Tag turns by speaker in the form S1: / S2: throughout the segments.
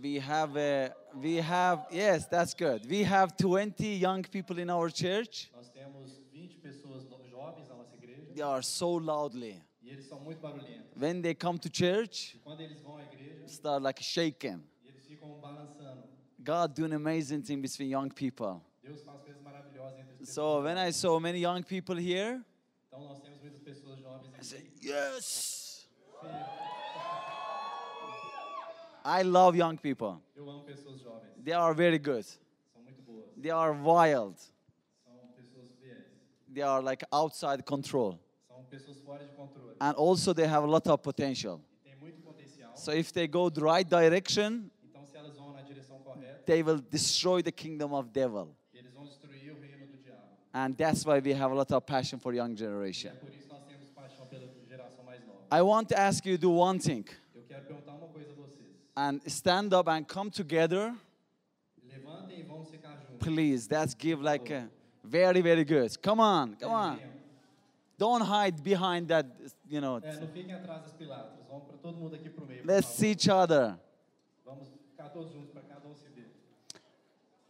S1: we have a, we have yes, that's good. We have 20 young people in our church.
S2: Nós temos 20 pessoas no- jovens na nossa igreja
S1: They are so loudly.
S2: e eles são muito barulhentos.
S1: When they come to church,
S2: Quando eles vão à igreja,
S1: start like shaking.
S2: eles ficam balançando.
S1: God doing amazing thing between young people.
S2: Deus faz coisas maravilhosas entre as pessoas.
S1: So when I saw many young people here,
S2: Então nós temos muitas pessoas jovens
S1: I
S2: aqui.
S1: said, yes. I love young people.
S2: Eu amo pessoas jovens.
S1: They are very good.
S2: São muito boas.
S1: They are wild.
S2: São pessoas fiéis.
S1: They are like outside control.
S2: São pessoas fora de controle.
S1: And also they have a lot of potential.
S2: E tem muito potencial.
S1: So if they go the right direction,
S2: Então se elas vão na direção correta,
S1: they will destroy the kingdom of devil.
S2: eles vão destruir o reino do diabo.
S1: And that's why we have a lot of passion for young
S2: E
S1: generation.
S2: é por isso nós temos paixão pela geração mais nova.
S1: I want to ask you to do one thing
S2: Eu quero perguntar uma coisa a vocês.
S1: and stand up and come together.
S2: Levantem e vamos ficar juntos.
S1: Please, that's give like a very, very good. Come on, come on. Don't hide behind that, you know.
S2: É, não fiquem atrás das pilastras. Vamos para todo mundo aqui pro meio. por
S1: Let's
S2: favor.
S1: see each other.
S2: Vamos ficar todos juntos para cada um se ver.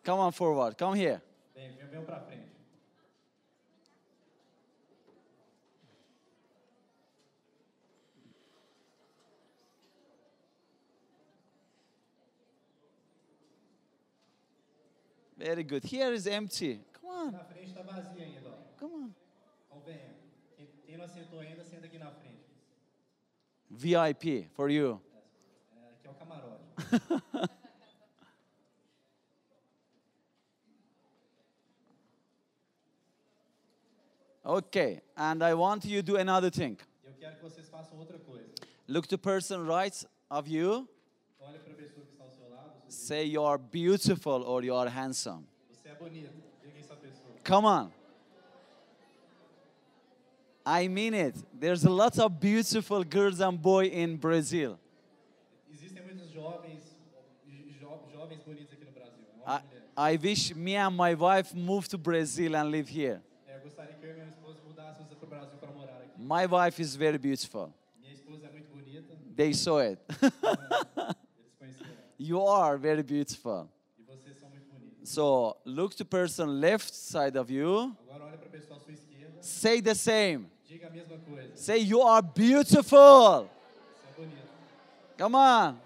S1: Come on forward. Come here.
S2: Vem, vem, vem para frente.
S1: Very good. Here is empty. Come on,
S2: Na frente está vazia ainda, ó.
S1: come on.
S2: Então venha. Quem, quem não assentou ainda, senta aqui na frente.
S1: VIP for you.
S2: É, aqui é o camarote.
S1: Okay. And I want you to do another thing.
S2: Eu quero que vocês façam outra coisa. Então,
S1: Look to person right of you.
S2: Olha para a pessoa que está ao seu lado. você diz,
S1: Say you are beautiful or you are handsome.
S2: Você é bonito. Diga isso à pessoa.
S1: Come on. I mean it. There's a lot of beautiful girls and boy in Brazil.
S2: Existem muitos jovens, jo, jovens bonitos aqui no Brasil. É
S1: I,
S2: homem e mulher.
S1: I wish me and my wife moved to Brazil and live here.
S2: É, eu gostaria que eu e minha esposa mudássemos para o Brasil para morar aqui.
S1: My wife is very beautiful.
S2: Minha esposa é muito bonita.
S1: They saw it.
S2: Eles conheceram.
S1: you are very beautiful.
S2: E vocês são muito bonitos.
S1: So look to person left side of you.
S2: Agora olha para a pessoa à sua esquerda.
S1: Say the same.
S2: Diga a mesma coisa.
S1: Say you are beautiful.
S2: Você é bonito.
S1: Come on.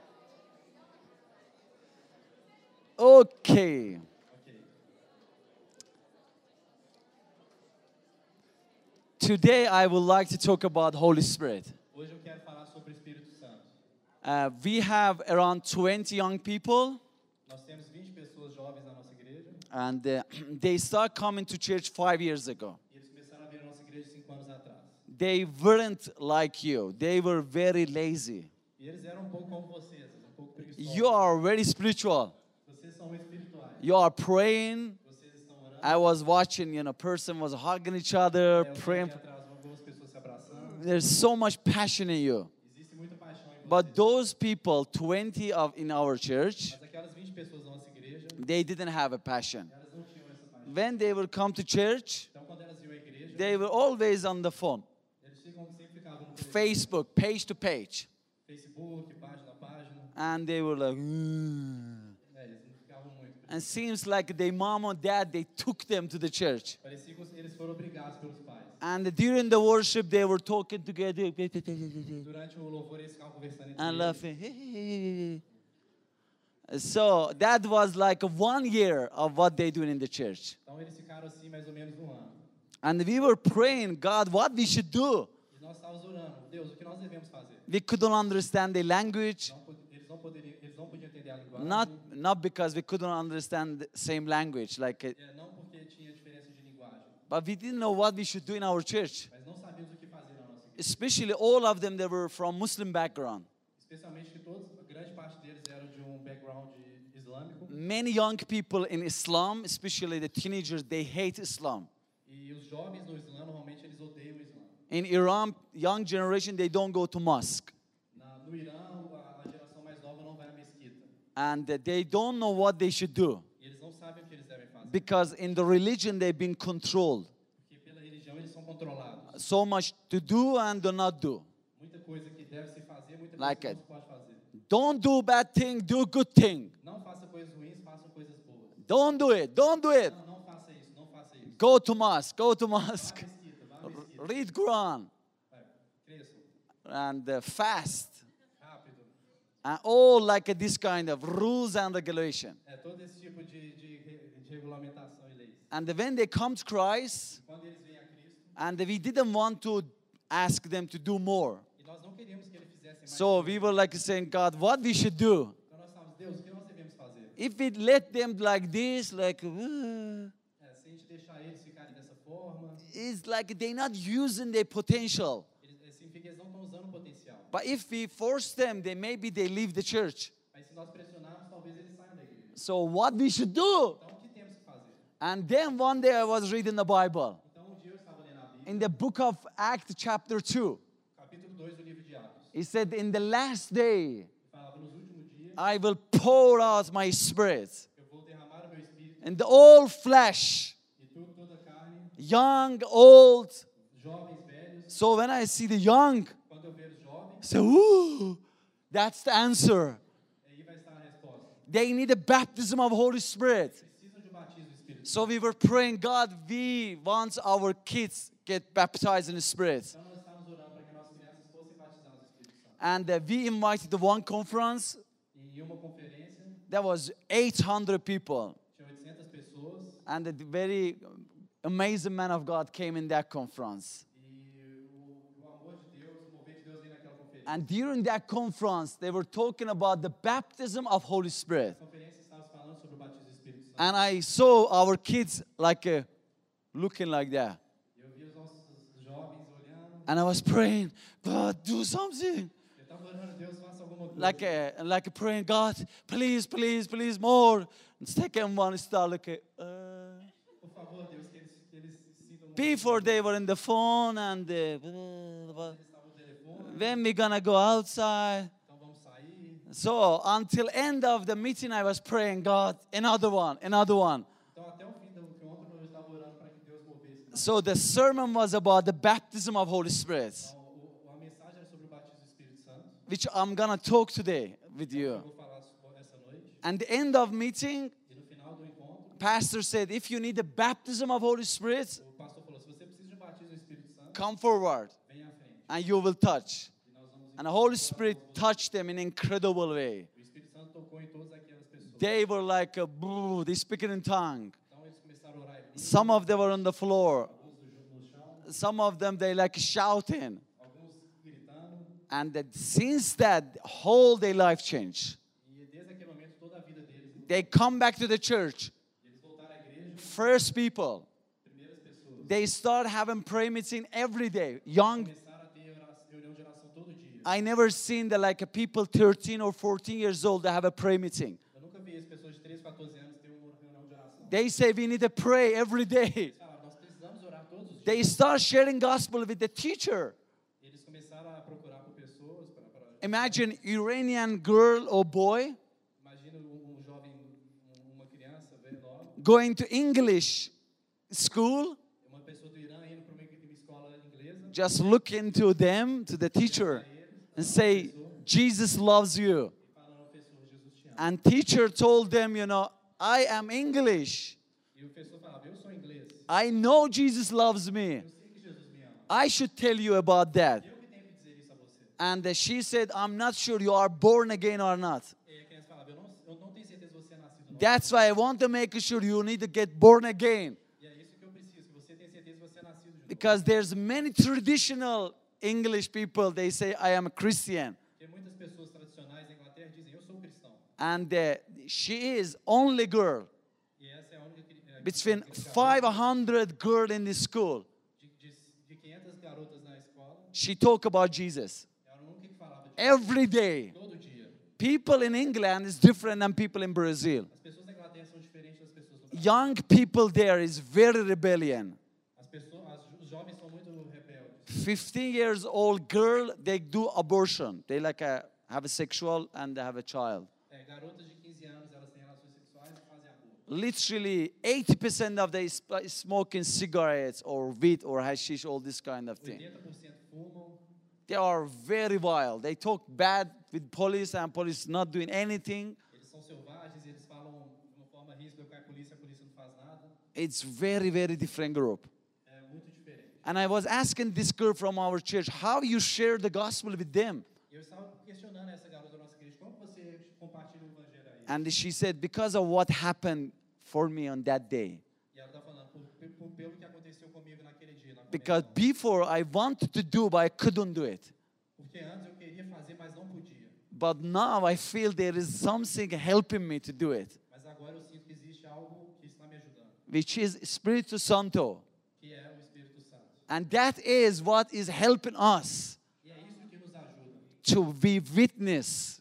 S1: Okay.
S2: Ok.
S1: Today I would like to talk about Holy Spirit.
S2: Hoje eu quero falar sobre o Espírito Santo.
S1: Uh, we have around 20 young people,
S2: Nós temos 20 pessoas jovens na nossa igreja.
S1: and uh, they start coming to church five years ago.
S2: E eles começaram a vir à nossa igreja cinco anos atrás.
S1: They weren't like you. They were very lazy.
S2: E eles eram um pouco como vocês, um pouco preguiçosos.
S1: You are very spiritual.
S2: Vocês são espirituais.
S1: You are praying.
S2: Vocês estão orando.
S1: I was watching, you know, person was hugging each other,
S2: É, eu vi
S1: praying.
S2: aqui atrás algumas pessoas se abraçando.
S1: There's so much passion in you.
S2: Existe muita paixão em
S1: But
S2: vocês.
S1: those people, 20 of in our church,
S2: Mas aquelas 20 pessoas da nossa igreja,
S1: they didn't have a passion.
S2: elas não tinham essa paixão.
S1: When they will come to church,
S2: Então quando elas iam à igreja,
S1: they were always on the phone,
S2: eles ficam, sempre ficavam no telefone,
S1: Facebook, page to page,
S2: Facebook, página a página.
S1: and they were like, "Mm."
S2: É, eles não ficavam muito.
S1: and seems like their mom or dad they took them to the church.
S2: Parecia que eles foram obrigados pelos pais.
S1: And during the worship, they were talking together
S2: Durante o louvor eles ficavam conversando entre
S1: and
S2: eles.
S1: laughing. So that was like one year of what they doing in the church.
S2: Então eles ficaram assim mais ou menos um ano.
S1: And we were praying, God, what we should do.
S2: E nós estávamos orando, Deus, o que nós devemos fazer?
S1: We couldn't understand the language,
S2: Não pod- eles, não poderiam, eles não podiam entender a linguagem.
S1: not not because we couldn't understand the same language, like, uh,
S2: É, não porque tinha diferença de linguagem,
S1: but we didn't know what we should do in our church.
S2: mas não sabíamos o que fazer na nossa igreja.
S1: Especially all of them, they were from Muslim background.
S2: Especialmente que todos, a grande parte deles eram de um background islâmico.
S1: Many young people in Islam, especially the teenagers, they hate Islam.
S2: E os jovens no Islã, normalmente, eles odeiam o Islã.
S1: In Iran, young generation they don't go to mosque,
S2: Na, no Irã, o- a, a geração mais nova não vai à mesquita.
S1: and uh, they don't know what they should do
S2: E eles não sabem o que eles devem fazer.
S1: because in the religion they've been controlled
S2: Porque pela religião eles são controlados.
S1: so much to do and do not do.
S2: Muita coisa que deve se fazer, muita coisa
S1: Like
S2: que não
S1: it.
S2: se pode fazer.
S1: Don't do bad thing, do good thing.
S2: Não faça coisas ruins, faça coisas boas.
S1: Don't do it. Don't do it.
S2: Não, não faça isso, não faça isso.
S1: Go to mosque. Go to
S2: Vá à
S1: mosque.
S2: mesquita, vá à mesquita.
S1: Read Quran
S2: É, cresçam,
S1: and uh, fast.
S2: rápido.
S1: And all like this kind of rules and regulation.
S2: É todo esse tipo de, de, re- de regulamentação e leis.
S1: And when they come to Christ,
S2: Quando eles vêm a Cristo,
S1: and we didn't want to ask them to do more.
S2: e nós não queríamos que eles fizessem mais.
S1: So we were like saying, God, what we should do?
S2: Então nós falamos, Deus, o que nós devemos fazer?
S1: If we let them like this, like uh,
S2: É, se a gente deixar eles ficarem dessa forma,
S1: it's like they're not using their potential.
S2: eles, é, significa que eles não estão usando o potencial.
S1: But if we force them, then maybe they leave the church.
S2: Mas se nós pressionarmos, talvez eles saiam da igreja.
S1: So what we should do?
S2: Então o que temos que fazer?
S1: And then one day I was reading the Bible
S2: Então um dia eu estava lendo a Bíblia,
S1: in the book of Acts, chapter two.
S2: capítulo 2 do livro de Atos.
S1: It said, "In the last day,
S2: Falava, nos últimos dias
S1: I will pour out my spirit,
S2: eu vou derramar o meu espírito
S1: and all flesh,
S2: e tudo, toda a carne,
S1: young, old."
S2: jovens, velhos.
S1: So when I see the young,
S2: Quando eu ver os jovens,
S1: So, ooh, that's the answer.
S2: aí vai estar a resposta.
S1: They need a baptism of Holy Spirit.
S2: Precisam de um batismo do espírito.
S1: So we were praying, God, we want our kids get baptized in the Spirit.
S2: Então nós estávamos orando para que nossas crianças fossem batizadas do Espírito Santo.
S1: And uh, we invited the one conference.
S2: E em uma conferência,
S1: There was 800 people,
S2: tinha 800 pessoas
S1: and a very amazing man of God came in that conference.
S2: e o, o amor de Deus, o mover de Deus veio naquela conferência.
S1: And during that conference, they were talking about the baptism of Holy Spirit.
S2: Na conferência estávamos falando sobre o batismo do Espírito Santo.
S1: And I saw our kids like uh, looking like that.
S2: Eu vi os nossos jovens olhando.
S1: And I was praying, God, do something.
S2: Eu estava orando, Deus, faça alguma coisa.
S1: Like, a, like praying, God, please, please, please, more. And second one start like, uh,
S2: Por favor, Deus, que eles, que eles se sintam
S1: before they were in the phone and uh, blah,
S2: Eles estavam no
S1: blah.
S2: telefone,
S1: when we gonna go outside.
S2: então vamos sair.
S1: So until end of the meeting, I was praying, God, another one, another one.
S2: Então até o fim do encontro eu estava orando para que Deus movesse.
S1: So the sermon was about the baptism of Holy Spirit,
S2: Então, o- a mensagem era sobre o batismo do Espírito Santo.
S1: which I'm gonna talk today with
S2: Eu
S1: you.
S2: vou falar so- essa noite.
S1: And the end of meeting,
S2: E no final do encontro,
S1: pastor said, if you need the baptism of Holy Spirit,
S2: o pastor falou: se você precisa de um batismo do Espírito Santo,
S1: come forward
S2: vem à frente.
S1: and you will touch.
S2: E nós vamos.
S1: And the Holy Spirit touched them in an incredible way.
S2: O Espírito Santo tocou em todas aquelas pessoas.
S1: They were like, uh, "Boo," they speaking in tongue.
S2: Então eles começaram a orar em línguas,
S1: Some of them were on the floor.
S2: alguns no jo- no chão,
S1: Some of them they like shouting.
S2: alguns gritando.
S1: And that since that, whole their life changed.
S2: E desde aquele momento, toda a vida deles.
S1: They come back to the church.
S2: Eles voltaram à igreja,
S1: First people,
S2: primeiras pessoas.
S1: they start having prayer meeting every day. Young,
S2: Começaram a ter oração, reunião de oração todo dia.
S1: I never seen that like people 13 or 14 years old that have a prayer meeting.
S2: Eu nunca vi as pessoas de 13, 14 anos terem uma reunião de oração.
S1: They say we need to pray every day.
S2: Eles falaram, nós precisamos orar todos os dias.
S1: They start sharing gospel with the teacher.
S2: Eles começaram a procurar por pessoas. Pra, pra,
S1: Imagine Iranian girl or boy
S2: Imagina um, um jovem, um- uma criança, velho, nova,
S1: going to English school,
S2: uma pessoa do Irã indo para uma, uma escola inglesa.
S1: just look into them, to the teacher, and say, Jesus loves you.
S2: E falando ao professor, Jesus te ama.
S1: And teacher told them, you know, I am English.
S2: E o professor falava, eu sou inglês.
S1: I know Jesus loves me.
S2: Eu sei que Jesus me ama.
S1: I should tell you about that.
S2: Eu que tenho que dizer isso a você.
S1: And uh, she said, I'm not sure you are born again or not.
S2: E a criança falava, eu não, eu não tenho certeza se você é nascido ou não.
S1: That's why I want to make sure you need to get born again.
S2: E é isso que eu preciso, que você tenha certeza que você é nascido de novo.
S1: Because there's many traditional English people, they say, I am a Christian.
S2: Porque muitas pessoas tradicionais da Inglaterra dizem, eu sou cristão.
S1: and uh, she is only girl
S2: E essa é a única... cri- é,
S1: between
S2: garota
S1: 500 girl in the school
S2: De, de, de 500 garotas na escola,
S1: she talk about jesus
S2: era a única que falava de
S1: every day
S2: todo dia.
S1: people in england is different than people in brazil
S2: As pessoas da Inglaterra são diferentes das pessoas do Brasil.
S1: young people there is very rebellion
S2: As pessoas, as, jo- os jovens são muito rebeldes.
S1: 15 years old girl they do abortion they like a, have a sexual and they have a child
S2: É, garotas de 15 anos, elas têm relações sexuais e fazem aborto.
S1: literally 80% of they is smoking cigarettes or weed or hashish all this kind of thing
S2: 80% fumam,
S1: They are very vile. They talk bad with police and police not doing anything.
S2: Eles são selvagens e eles falam de uma forma ríspida com a polícia, a polícia não faz nada.
S1: It's very, very different group.
S2: É muito diferente.
S1: And I was asking this girl from our church, how you share the gospel with them?
S2: E eu estava questionando essa garota da nossa igreja, como você compartilha o evangelho aí?
S1: And she said, because of what happened for me on that day.
S2: E ela está falando, por, pe- por- pelo que aconteceu comigo naquele dia. Na
S1: Because
S2: convenção.
S1: before I wanted to do, but I couldn't do it.
S2: Porque antes eu queria fazer, mas não podia.
S1: But now I feel there is something helping me to do it,
S2: Mas agora eu sinto que existe algo que está me ajudando,
S1: which is Spiritu Santo.
S2: que é o Espírito Santo.
S1: And that is what is helping us
S2: E é isso que nos ajuda
S1: to be witness,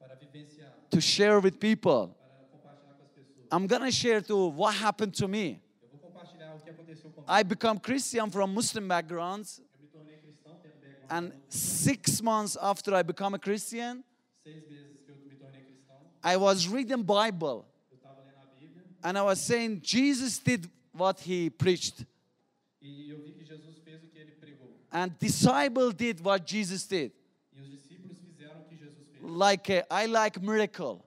S2: para vivenciar,
S1: to share with people.
S2: para compartilhar com as pessoas.
S1: I'm gonna share to what happened to me.
S2: Eu vou compartilhar o que aconteceu comigo.
S1: I become Christian from Muslim backgrounds,
S2: Eu me tornei cristão, tendo background
S1: and
S2: muçulmano.
S1: six months after I become a Christian,
S2: Seis meses que eu me tornei cristão,
S1: I was reading Bible
S2: eu estava lendo a Bíblia
S1: and I was saying Jesus did what he preached,
S2: e eu vi que Jesus fez o que ele pregou.
S1: and disciple did what Jesus did.
S2: E os discípulos fizeram o que Jesus fez.
S1: Like uh, I like miracle,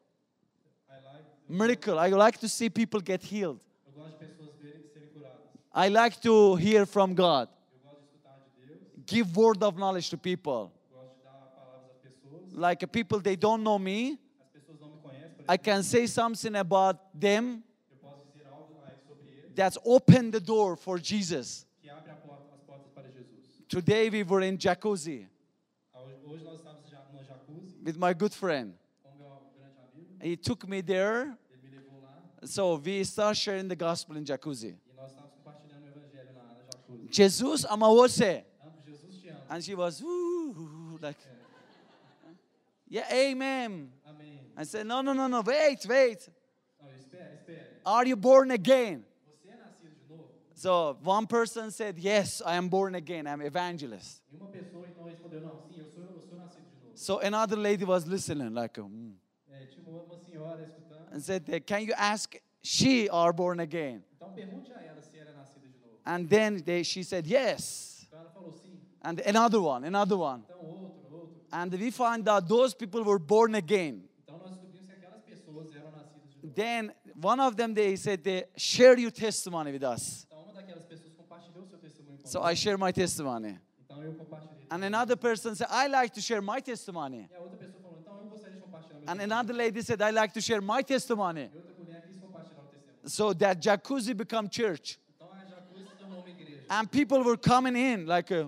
S2: I like,
S1: miracle. I like to see people get healed.
S2: eu gosto de pessoas verem, serem curadas.
S1: I like to hear from God,
S2: Eu gosto de escutar de Deus,
S1: give word of knowledge to people.
S2: eu gosto de dar palavras às pessoas.
S1: Like uh, people they don't know me,
S2: As pessoas não me conhecem, por
S1: I
S2: exemplo,
S1: can say something about them
S2: eu posso dizer algo a- sobre ele
S1: that's opened the door for Jesus.
S2: que abre a porta- as portas para Jesus.
S1: Today we were in jacuzzi
S2: Ah, ho- Hoje nós estamos já no jacuzzi
S1: with my good friend.
S2: com meu grande amigo,
S1: He took me there,
S2: ele me levou lá
S1: so we start sharing the gospel in jacuzzi.
S2: e nós estávamos compartilhando o evangelho na, na jacuzzi.
S1: Jesus ama você.
S2: Amo, Jesus te ama.
S1: And she was, ooh, like, yeah, amen.
S2: Amém.
S1: I said, no, no, no, no, wait, wait.
S2: Não, espere, espere.
S1: Are you born again?
S2: Você é nascido de novo?
S1: So one person said, yes, I am born again. I'm evangelist.
S2: E uma pessoa então respondeu, não, sim, eu sou, eu sou nascido de novo.
S1: So another lady was listening, like, "Hmm,"
S2: É, tinha uma, uma senhora escutando.
S1: and said, can you ask she are born again?
S2: Então pergunte a ela se era nascida de novo.
S1: And then they, she said, yes.
S2: Então ela falou sim.
S1: And another one, another one.
S2: Então outro, outro.
S1: And we found out those people were born again.
S2: Então nós descobrimos que aquelas pessoas eram nascidas de novo.
S1: Then one of them, they said, they share your testimony with us.
S2: Então uma daquelas pessoas compartilhou seu testemunho com
S1: So
S2: nós.
S1: I share my testimony.
S2: Então eu compartilhei.
S1: And another person said, I like to share my testimony.
S2: E a outra pessoa falou, então eu gostaria de compartilhar meu
S1: And
S2: testemunho.
S1: another lady said, I like to share my testimony.
S2: E outra mulher quis compartilhar o testemunho.
S1: So that jacuzzi become church.
S2: Então a jacuzzi se tornou uma igreja.
S1: And people were coming in, like, uh,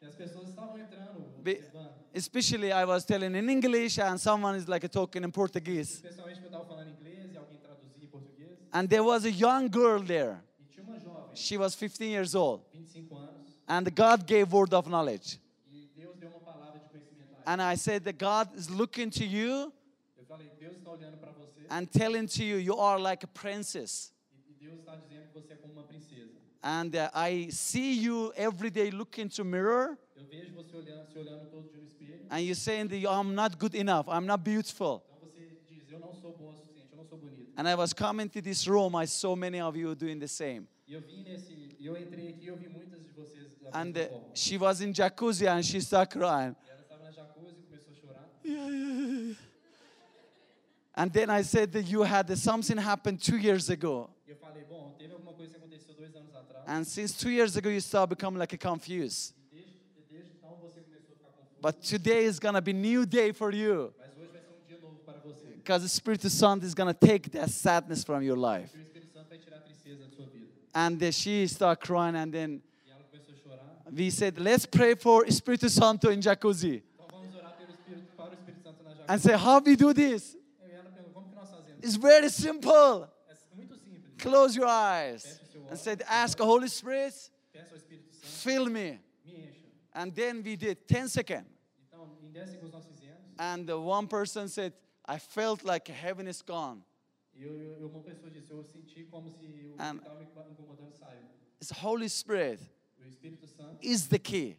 S2: E as pessoas estavam entrando,
S1: Be-
S2: observando.
S1: especially I was telling in English and someone is like talking in Portuguese.
S2: Especialmente que eu estava falando inglês e alguém traduzia em português.
S1: And there was a young girl there.
S2: E tinha uma jovem,
S1: She was 15 years old.
S2: 25 anos,
S1: And God gave word of knowledge.
S2: e Deus deu uma palavra de conhecimento a ela.
S1: And I said that God is looking to you
S2: Eu falei, Deus está olhando para você
S1: and telling to you, you are like a princess.
S2: e e Deus está dizendo que você é como uma princesa.
S1: And uh, I see you every day looking to mirror
S2: Eu vejo você olhando, se olhando todo dia no espelho.
S1: and you're saying that I'm not good enough, I'm not beautiful.
S2: Então você diz, eu não sou boa o suficiente, eu não sou bonita.
S1: And I was coming to this room, I saw many of you doing the same.
S2: E eu vim nesse, e eu entrei aqui e eu vi muitas de vocês da
S1: And uh,
S2: mesma forma.
S1: she was in jacuzzi and she started crying.
S2: E ela estava na jacuzzi e começou a chorar.
S1: And then I said that you had something happened two years ago.
S2: E eu falei, bom, teve alguma coisa que aconteceu dois anos atrás.
S1: And since two years ago, you started becoming like a confused.
S2: E desde, e desde então você começou a ficar confuso.
S1: But today is going to be new day for you.
S2: Mas hoje vai ser um dia novo para você.
S1: Because the Spirit of Son is going to take that sadness from your life.
S2: E o Espírito Santo vai tirar a tristeza da sua vida.
S1: And uh, she started crying. And then
S2: E ela começou a chorar.
S1: we said, let's pray for Espírito Santo in jacuzzi.
S2: Então vamos orar pelo Espírito, para o Espírito Santo na
S1: And
S2: jacuzzi.
S1: say, how we do this?
S2: E ela perguntou, como que nós fazemos?
S1: It's very simple.
S2: É muito simples.
S1: Close your eyes. And said, ask the Holy Spirit,
S2: Peça ao Espírito Santo,
S1: fill me.
S2: me encha.
S1: And then we did 10 seconds.
S2: Então, em 10 segundos nós fizemos.
S1: And uh, one person said, I felt like heaven is gone.
S2: E eu, eu, uma pessoa disse, eu senti como se o
S1: Am-
S2: que estava me incomodando saiu.
S1: It's Holy Spirit
S2: O Espírito Santo
S1: is the key.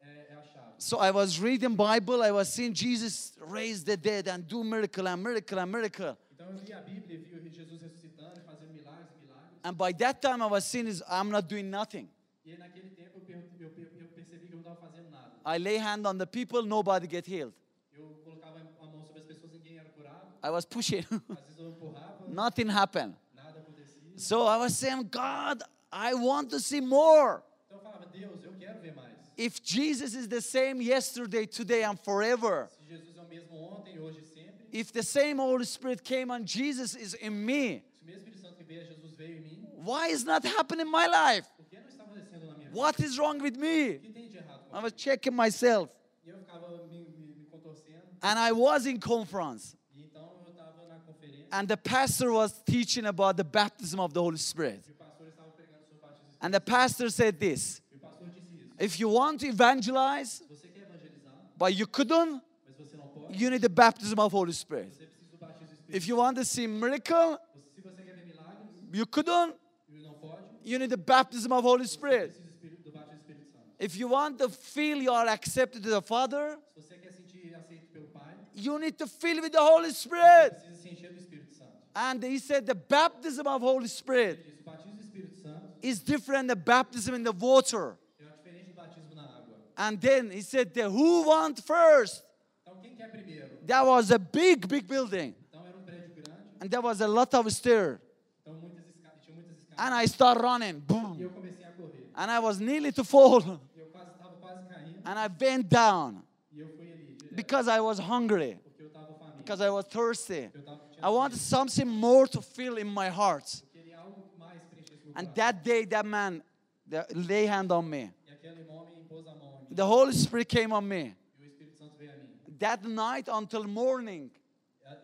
S2: é, é a chave.
S1: So I was reading Bible, I was seeing Jesus raise the dead and do miracle and miracle and miracle.
S2: Então eu vi a Bíblia e vi Jesus ressuscitando e fazendo milagres, milagres.
S1: And by that time I was seeing is I'm not doing nothing.
S2: E aí, naquele tempo eu, per- eu, per- eu percebi que eu não estava fazendo nada.
S1: I lay hand on the people, nobody get healed.
S2: Eu colocava a mão sobre as pessoas, ninguém era curado.
S1: I was pushing.
S2: Às vezes eu empurrava,
S1: Nothing happened.
S2: nada acontecia.
S1: So I was saying, God, I want to see more.
S2: Então eu falava, Deus, eu quero ver mais.
S1: If Jesus is the same yesterday, today, and forever,
S2: Se Jesus é o mesmo ontem, hoje e sempre,
S1: if the same Holy Spirit came and Jesus is in me,
S2: se o mesmo Espírito Santo que veio, Jesus veio em mim,
S1: why is not happening in my life?
S2: o que não está acontecendo na minha vida?
S1: What is wrong with me?
S2: O que tem de errado
S1: I
S2: comigo?
S1: was checking myself
S2: E eu ficava me, me, me contorcendo.
S1: and I was in conference
S2: E então eu estava na conferência,
S1: and the pastor was teaching about the baptism of the Holy Spirit.
S2: e o pastor estava pregando sobre o batismo.
S1: And the pastor said this,
S2: E o pastor disse isso.
S1: if you want to evangelize
S2: Se você quer evangelizar,
S1: but you couldn't,
S2: mas você não pode,
S1: you need the baptism of Holy Spirit.
S2: você precisa do batismo do Espírito.
S1: If you want to see miracle,
S2: Se você quer ver milagres,
S1: you couldn't,
S2: e não pode,
S1: you need the baptism of Holy Spirit.
S2: precisa do Espírito- do batismo do Espírito Santo.
S1: If you want to feel you are accepted to the Father,
S2: Se você quer sentir aceito pelo Pai,
S1: you need to fill with the Holy Spirit.
S2: precisa se encher do Espírito Santo.
S1: And he said the baptism of Holy Spirit
S2: Diz, o batismo do Espírito Santo
S1: is different than the baptism in the water.
S2: é diferente do batismo na água.
S1: And then he said, the who want first?
S2: Então, quem quer primeiro?
S1: That was a big, big building.
S2: Então, era um prédio grande,
S1: And there was a lot of stir.
S2: então muitas esca- tinha muitas escadas.
S1: And I start running.
S2: E
S1: Boom.
S2: eu comecei a correr.
S1: And I was nearly to fall.
S2: E eu quase estava quase caindo,
S1: And I bent down
S2: e eu fui ali direto,
S1: because I was hungry,
S2: porque eu estava faminto.
S1: because I was thirsty.
S2: Eu tava, tinha,
S1: I wanted something more to feel in my heart.
S2: queria algo mais preenchesse meu
S1: And
S2: coração.
S1: that day, that man the, lay hand on me.
S2: E aquele homem impôs a mão em mim,
S1: The Holy Spirit came on me.
S2: e o Espírito Santo veio a mim.
S1: That night until morning,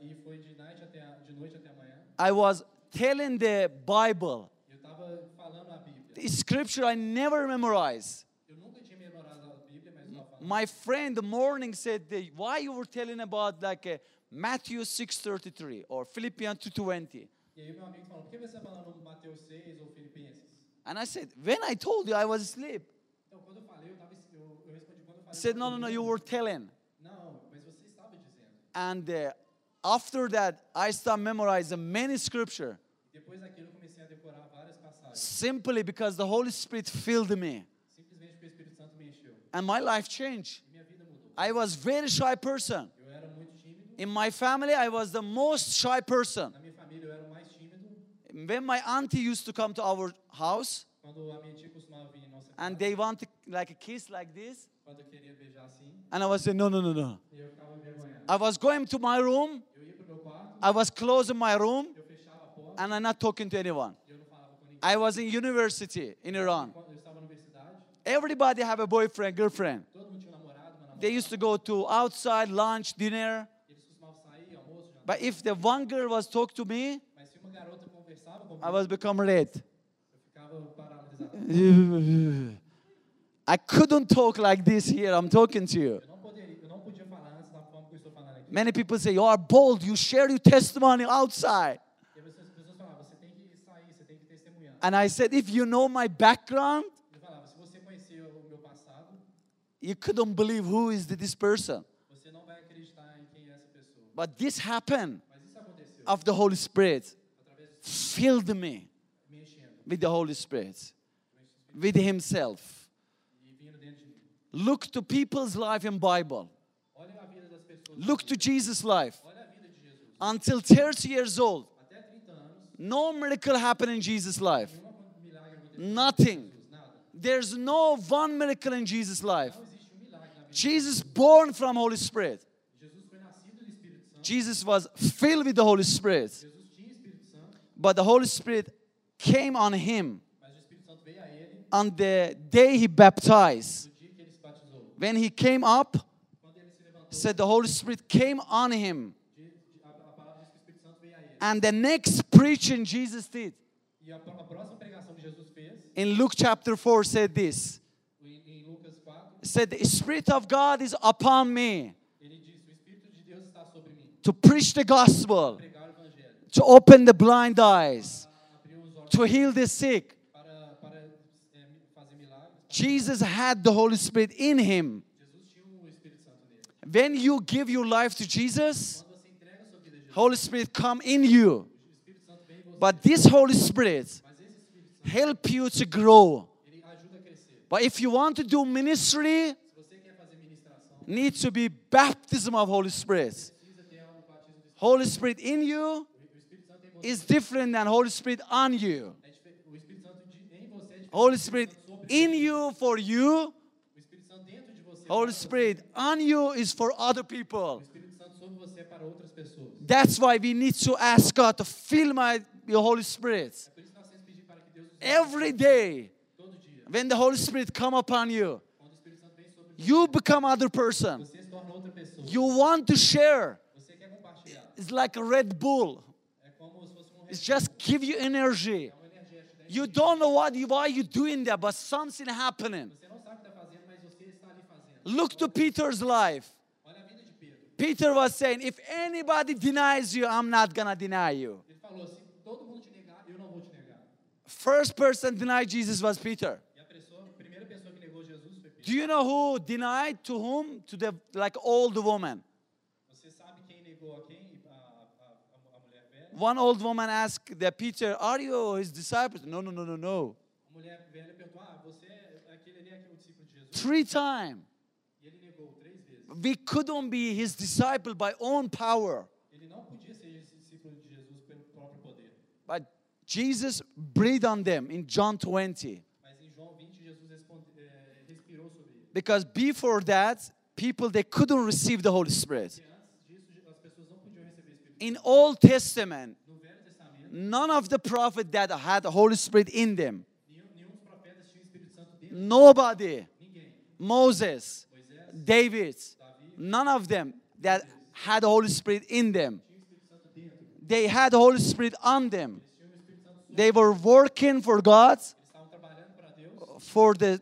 S2: E foi de noite até, a- de noite até amanhã.
S1: I was telling the Bible,
S2: Eu estava falando a Bíblia.
S1: the scripture I never memorized.
S2: Eu nunca tinha memorado a Bíblia, mas eu estava falando.
S1: My friend the morning said, that, "Why you were telling about like uh, Matthew 6:33 or Philippians 2:20?"
S2: E aí meu amigo falou, por que você está falando Mateus 6 ou Filipenses?
S1: And I said, "When I told you I was asleep,"
S2: Então, quando eu falei, eu, tava, es- eu, eu respondi quando eu
S1: he
S2: falei.
S1: said,
S2: eu
S1: "No,
S2: tava
S1: no, no,
S2: dormindo."
S1: you were telling."
S2: Não, mas você estava dizendo.
S1: And uh, after that, I started memorizing many scripture
S2: Depois daquilo, eu comecei a decorar várias passagens.
S1: simply because the Holy Spirit filled me,
S2: Simplesmente porque o Espírito Santo me encheu.
S1: and my life changed.
S2: E minha vida mudou.
S1: I was very shy person.
S2: Eu era muito tímido.
S1: In my family, I was the most shy person.
S2: Na minha família, eu era o mais tímido.
S1: When my auntie used to come to our house
S2: Quando a minha tia costumava vir em nossa casa,
S1: and they want like a kiss like this,
S2: quando eu queria beijar assim,
S1: and I was saying, no, no, no, no.
S2: e eu ficava envergonhado.
S1: I was going to my room,
S2: Eu ia pro meu quarto,
S1: I was closing my room,
S2: eu fechava a porta
S1: and I'm not talking to anyone.
S2: e eu não falava com ninguém.
S1: I was in university in Iran.
S2: Quando eu estava na universidade,
S1: Everybody have a boyfriend, girlfriend.
S2: todo mundo tinha um namorado, uma namorada.
S1: They used to go to outside lunch, dinner.
S2: Eles costumavam sair, almoço, jantar.
S1: But if the one girl was talk to me,
S2: Mas se uma garota conversava comigo,
S1: I was become red.
S2: eu ficava paralisado.
S1: I couldn't talk like this here. I'm talking to you.
S2: Eu não, poderia, eu não podia falar antes da forma que eu estou falando aqui.
S1: Many people say you are bold. You share your testimony outside.
S2: E as pessoas, as pessoas falavam, você tem que sair, você tem que testemunhar.
S1: And I said, if you know my background,
S2: Eu falava, se você conhecer o meu passado,
S1: you couldn't believe who is this person.
S2: você não vai acreditar em quem é essa pessoa.
S1: But this happened
S2: Mas isso aconteceu
S1: of the Holy Spirit
S2: através do
S1: filled me
S2: me enchendo
S1: with the Holy Spirit, with Himself.
S2: e vindo dentro de mim.
S1: Look to people's life in Bible.
S2: Olha a vida das pessoas.
S1: Look to Jesus' life.
S2: Olha a vida de Jesus.
S1: Until 30 years old,
S2: Até 30 anos,
S1: no miracle happened in Jesus' life.
S2: nenhum milagre aconteceu.
S1: Nothing.
S2: Nada.
S1: There's no one miracle in Jesus' life.
S2: Não existe um milagre na vida.
S1: Jesus born from Holy Spirit.
S2: Jesus foi nascido do Espírito Santo.
S1: Jesus was filled with the Holy Spirit,
S2: Jesus tinha Espírito Santo,
S1: but the Holy Spirit came on him
S2: mas o Espírito Santo veio a ele
S1: on the day he baptized.
S2: no dia que ele se batizou.
S1: When he came up,
S2: Quando ele se levantou,
S1: said the Holy Spirit came on him.
S2: de- de- a, a palavra diz que o Espírito Santo veio a ele.
S1: And the next preaching Jesus did
S2: E a, pro- a próxima pregação que Jesus fez,
S1: in Luke chapter 4 said this.
S2: em, em Lucas 4,
S1: Said the Spirit of God is upon me
S2: ele disse: O Espírito de Deus está sobre mim.
S1: to preach the gospel,
S2: Pregar o Evangelho,
S1: to open the blind eyes,
S2: abrir os olhos
S1: to heal the sick.
S2: para, para é, mi- fazer milagres.
S1: Jesus had the Holy Spirit in him.
S2: Jesus tinha o Espírito Santo nele.
S1: When you give your life to Jesus,
S2: Quando você entrega a sua vida a Jesus,
S1: Holy Spirit come in you.
S2: o Espírito Santo vem em você.
S1: But this Holy Spirit
S2: Mas esse Espírito Santo,
S1: help you to grow.
S2: ele ajuda a crescer.
S1: But if you want to do ministry,
S2: Se você quer fazer
S1: needs to be baptism of Holy Spirit. Holy Spirit in you
S2: O Espírito Santo em você.
S1: is different than Holy Spirit on you.
S2: é dife- O Espírito Santo de- em você é diferente.
S1: Holy Spirit in you for you.
S2: O Espírito Santo dentro de você.
S1: Holy Spirit on you is for other people.
S2: O Espírito Santo sobre você é para outras pessoas.
S1: That's why we need to ask God to fill my your Holy Spirit
S2: É por isso que nós temos que pedir para que Deus nos
S1: every day.
S2: todo dia.
S1: When the Holy Spirit come upon you,
S2: Quando o Espírito Santo vem sobre
S1: you become other person.
S2: você, se torna outra pessoa.
S1: You want to share.
S2: Você quer compartilhar.
S1: It's like a Red Bull.
S2: É como se fosse um
S1: It
S2: remédio,
S1: just give you energy.
S2: uma energia. te dá energia.
S1: You don't know what you, why you're doing that, but something happening.
S2: Você não sabe o que está fazendo, mas você está ali fazendo.
S1: Look to Peter's life.
S2: Olha a vida de Pedro.
S1: Peter was saying, if anybody denies you, I'm not gonna deny you.
S2: Ele falou, se todo mundo te negar, eu não vou te negar.
S1: First person denied Jesus was Peter.
S2: E a, pessoa, a primeira pessoa que negou Jesus foi Pedro.
S1: Do you know who denied to whom? To the like old woman.
S2: Você sabe quem negou a quem? A, a- a- a mulher velha?
S1: One old woman asked the Peter, "Are you his disciple?" No, no, no, no, no.
S2: A mulher velha perguntou, ah, você é aquele ali, é aquele discípulo de Jesus.
S1: Three times.
S2: E ele negou três vezes.
S1: We couldn't be his disciple by own power,
S2: Ele não podia ser esse discípulo de Jesus pelo próprio poder.
S1: but Jesus breathed on them in John 20.
S2: Mas em João 20, Jesus responde, eh, respirou sobre ele.
S1: Because before that, people they couldn't receive the Holy Spirit.
S2: Porque antes disso, as pessoas não podiam receber o Espírito.
S1: In Old Testament,
S2: No Velho Testamento,
S1: none of the prophet that had the Holy Spirit in them.
S2: nenhum, nenhum dos profetas tinha o Espírito Santo dentro.
S1: Nobody,
S2: Ninguém.
S1: Moses,
S2: Moisés
S1: David, none of them that had the Holy Spirit in them.
S2: tinha o Espírito Santo dentro. Eles
S1: They had the Holy Spirit on them.
S2: tinham o Espírito Santo sobre.
S1: They were working for God
S2: Eles estavam trabalhando para Deus
S1: for the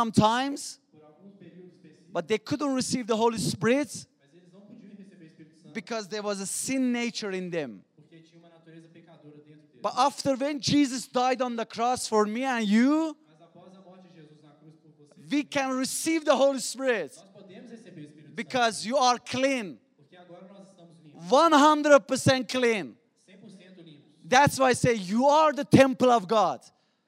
S1: sometimes,
S2: por algum período específico,
S1: but they couldn't receive the Holy Spirit
S2: mas eles não podiam receber o Espírito Santo
S1: because there was a sin nature in them.
S2: porque tinha uma natureza pecadora dentro deles.
S1: But after when Jesus died on the cross for me and you,
S2: Mas após a morte de Jesus na cruz por você,
S1: we can receive the Holy Spirit
S2: nós podemos receber o Espírito Santo
S1: because you are clean,
S2: porque agora nós estamos limpos,
S1: 100% clean.
S2: 100% limpos.
S1: That's why I say you are the temple of God.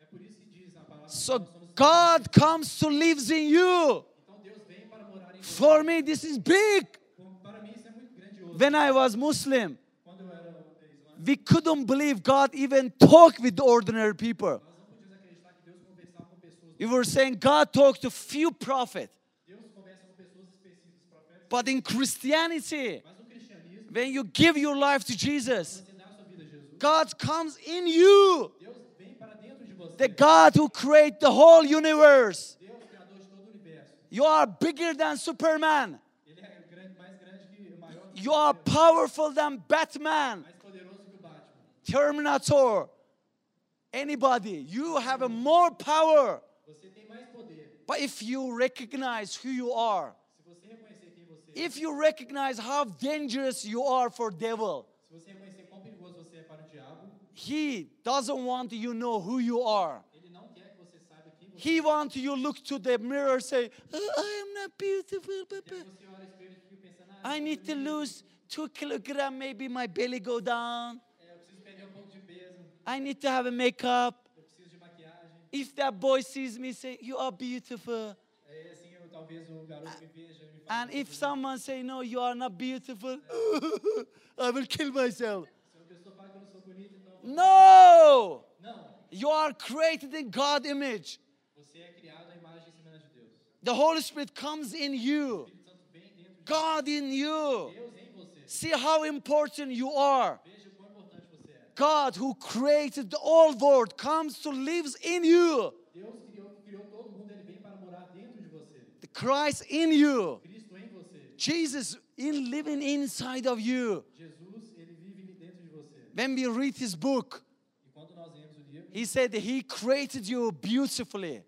S2: É por isso que diz a palavra
S1: So
S2: que nós somos
S1: God comes to lives in you.
S2: Então Deus vem para morar em você.
S1: For me, this is big.
S2: Como- Para mim isso é muito grandioso.
S1: When I was Muslim,
S2: Quando eu era islâmico,
S1: we couldn't believe God even talk with the ordinary people.
S2: nós não podíamos acreditar que Deus conversava com pessoas.
S1: We were saying God talked to few prophets.
S2: Deus conversa com pessoas específicas, profetas.
S1: But in Christianity,
S2: Mas no cristianismo,
S1: when you give your life to Jesus,
S2: você dá a sua vida a Jesus.
S1: God comes in you.
S2: Deus vem para dentro de você.
S1: The God who created the whole universe.
S2: Deus, criador de todo o universo.
S1: You are bigger than Superman.
S2: Ele é grande, mais grande que o maior, que
S1: You are powerful than Batman,
S2: mais poderoso que o Batman.
S1: Terminator, anybody. You have a more power.
S2: Você tem mais poder.
S1: But if you recognize who you are,
S2: Se você reconhecer quem você é,
S1: if you recognize how dangerous you are for devil,
S2: se você reconhecer quão perigoso você é para o diabo,
S1: he doesn't want you know who you are.
S2: ele não quer que você saiba quem você é.
S1: He wants you look to the mirror and say, "Oh, I am not beautiful, but
S2: Quer que você olhe no espelho e fique pensando, ah,
S1: I need to lose two kilogram, maybe my belly go down.
S2: é, eu preciso perder um pouco de peso,
S1: I need to have a makeup.
S2: eu preciso de maquiagem.
S1: If that boy sees me, say, you are beautiful.
S2: É assim, eu, talvez o garoto me veja e me fale.
S1: And if someone say, no, you are not beautiful, I will kill myself.
S2: Se uma pessoa fala que eu não sou bonito, então...
S1: No!
S2: Não!
S1: You are created in God image.
S2: Você é criado à imagem e semelhança de Deus. O
S1: The Holy Spirit comes in you.
S2: Espírito Santo vem dentro de
S1: God in you.
S2: Deus em você.
S1: See how important you are.
S2: Veja o quão importante você é.
S1: God who created the whole world comes to lives in you.
S2: Deus criou, criou todo mundo, ele vem para morar dentro de você.
S1: The Christ in you.
S2: Cristo em você.
S1: Jesus in living inside of you.
S2: Jesus, ele vive dentro de você.
S1: When we read his book,
S2: E quando nós lemos o livro,
S1: he said he created you beautifully.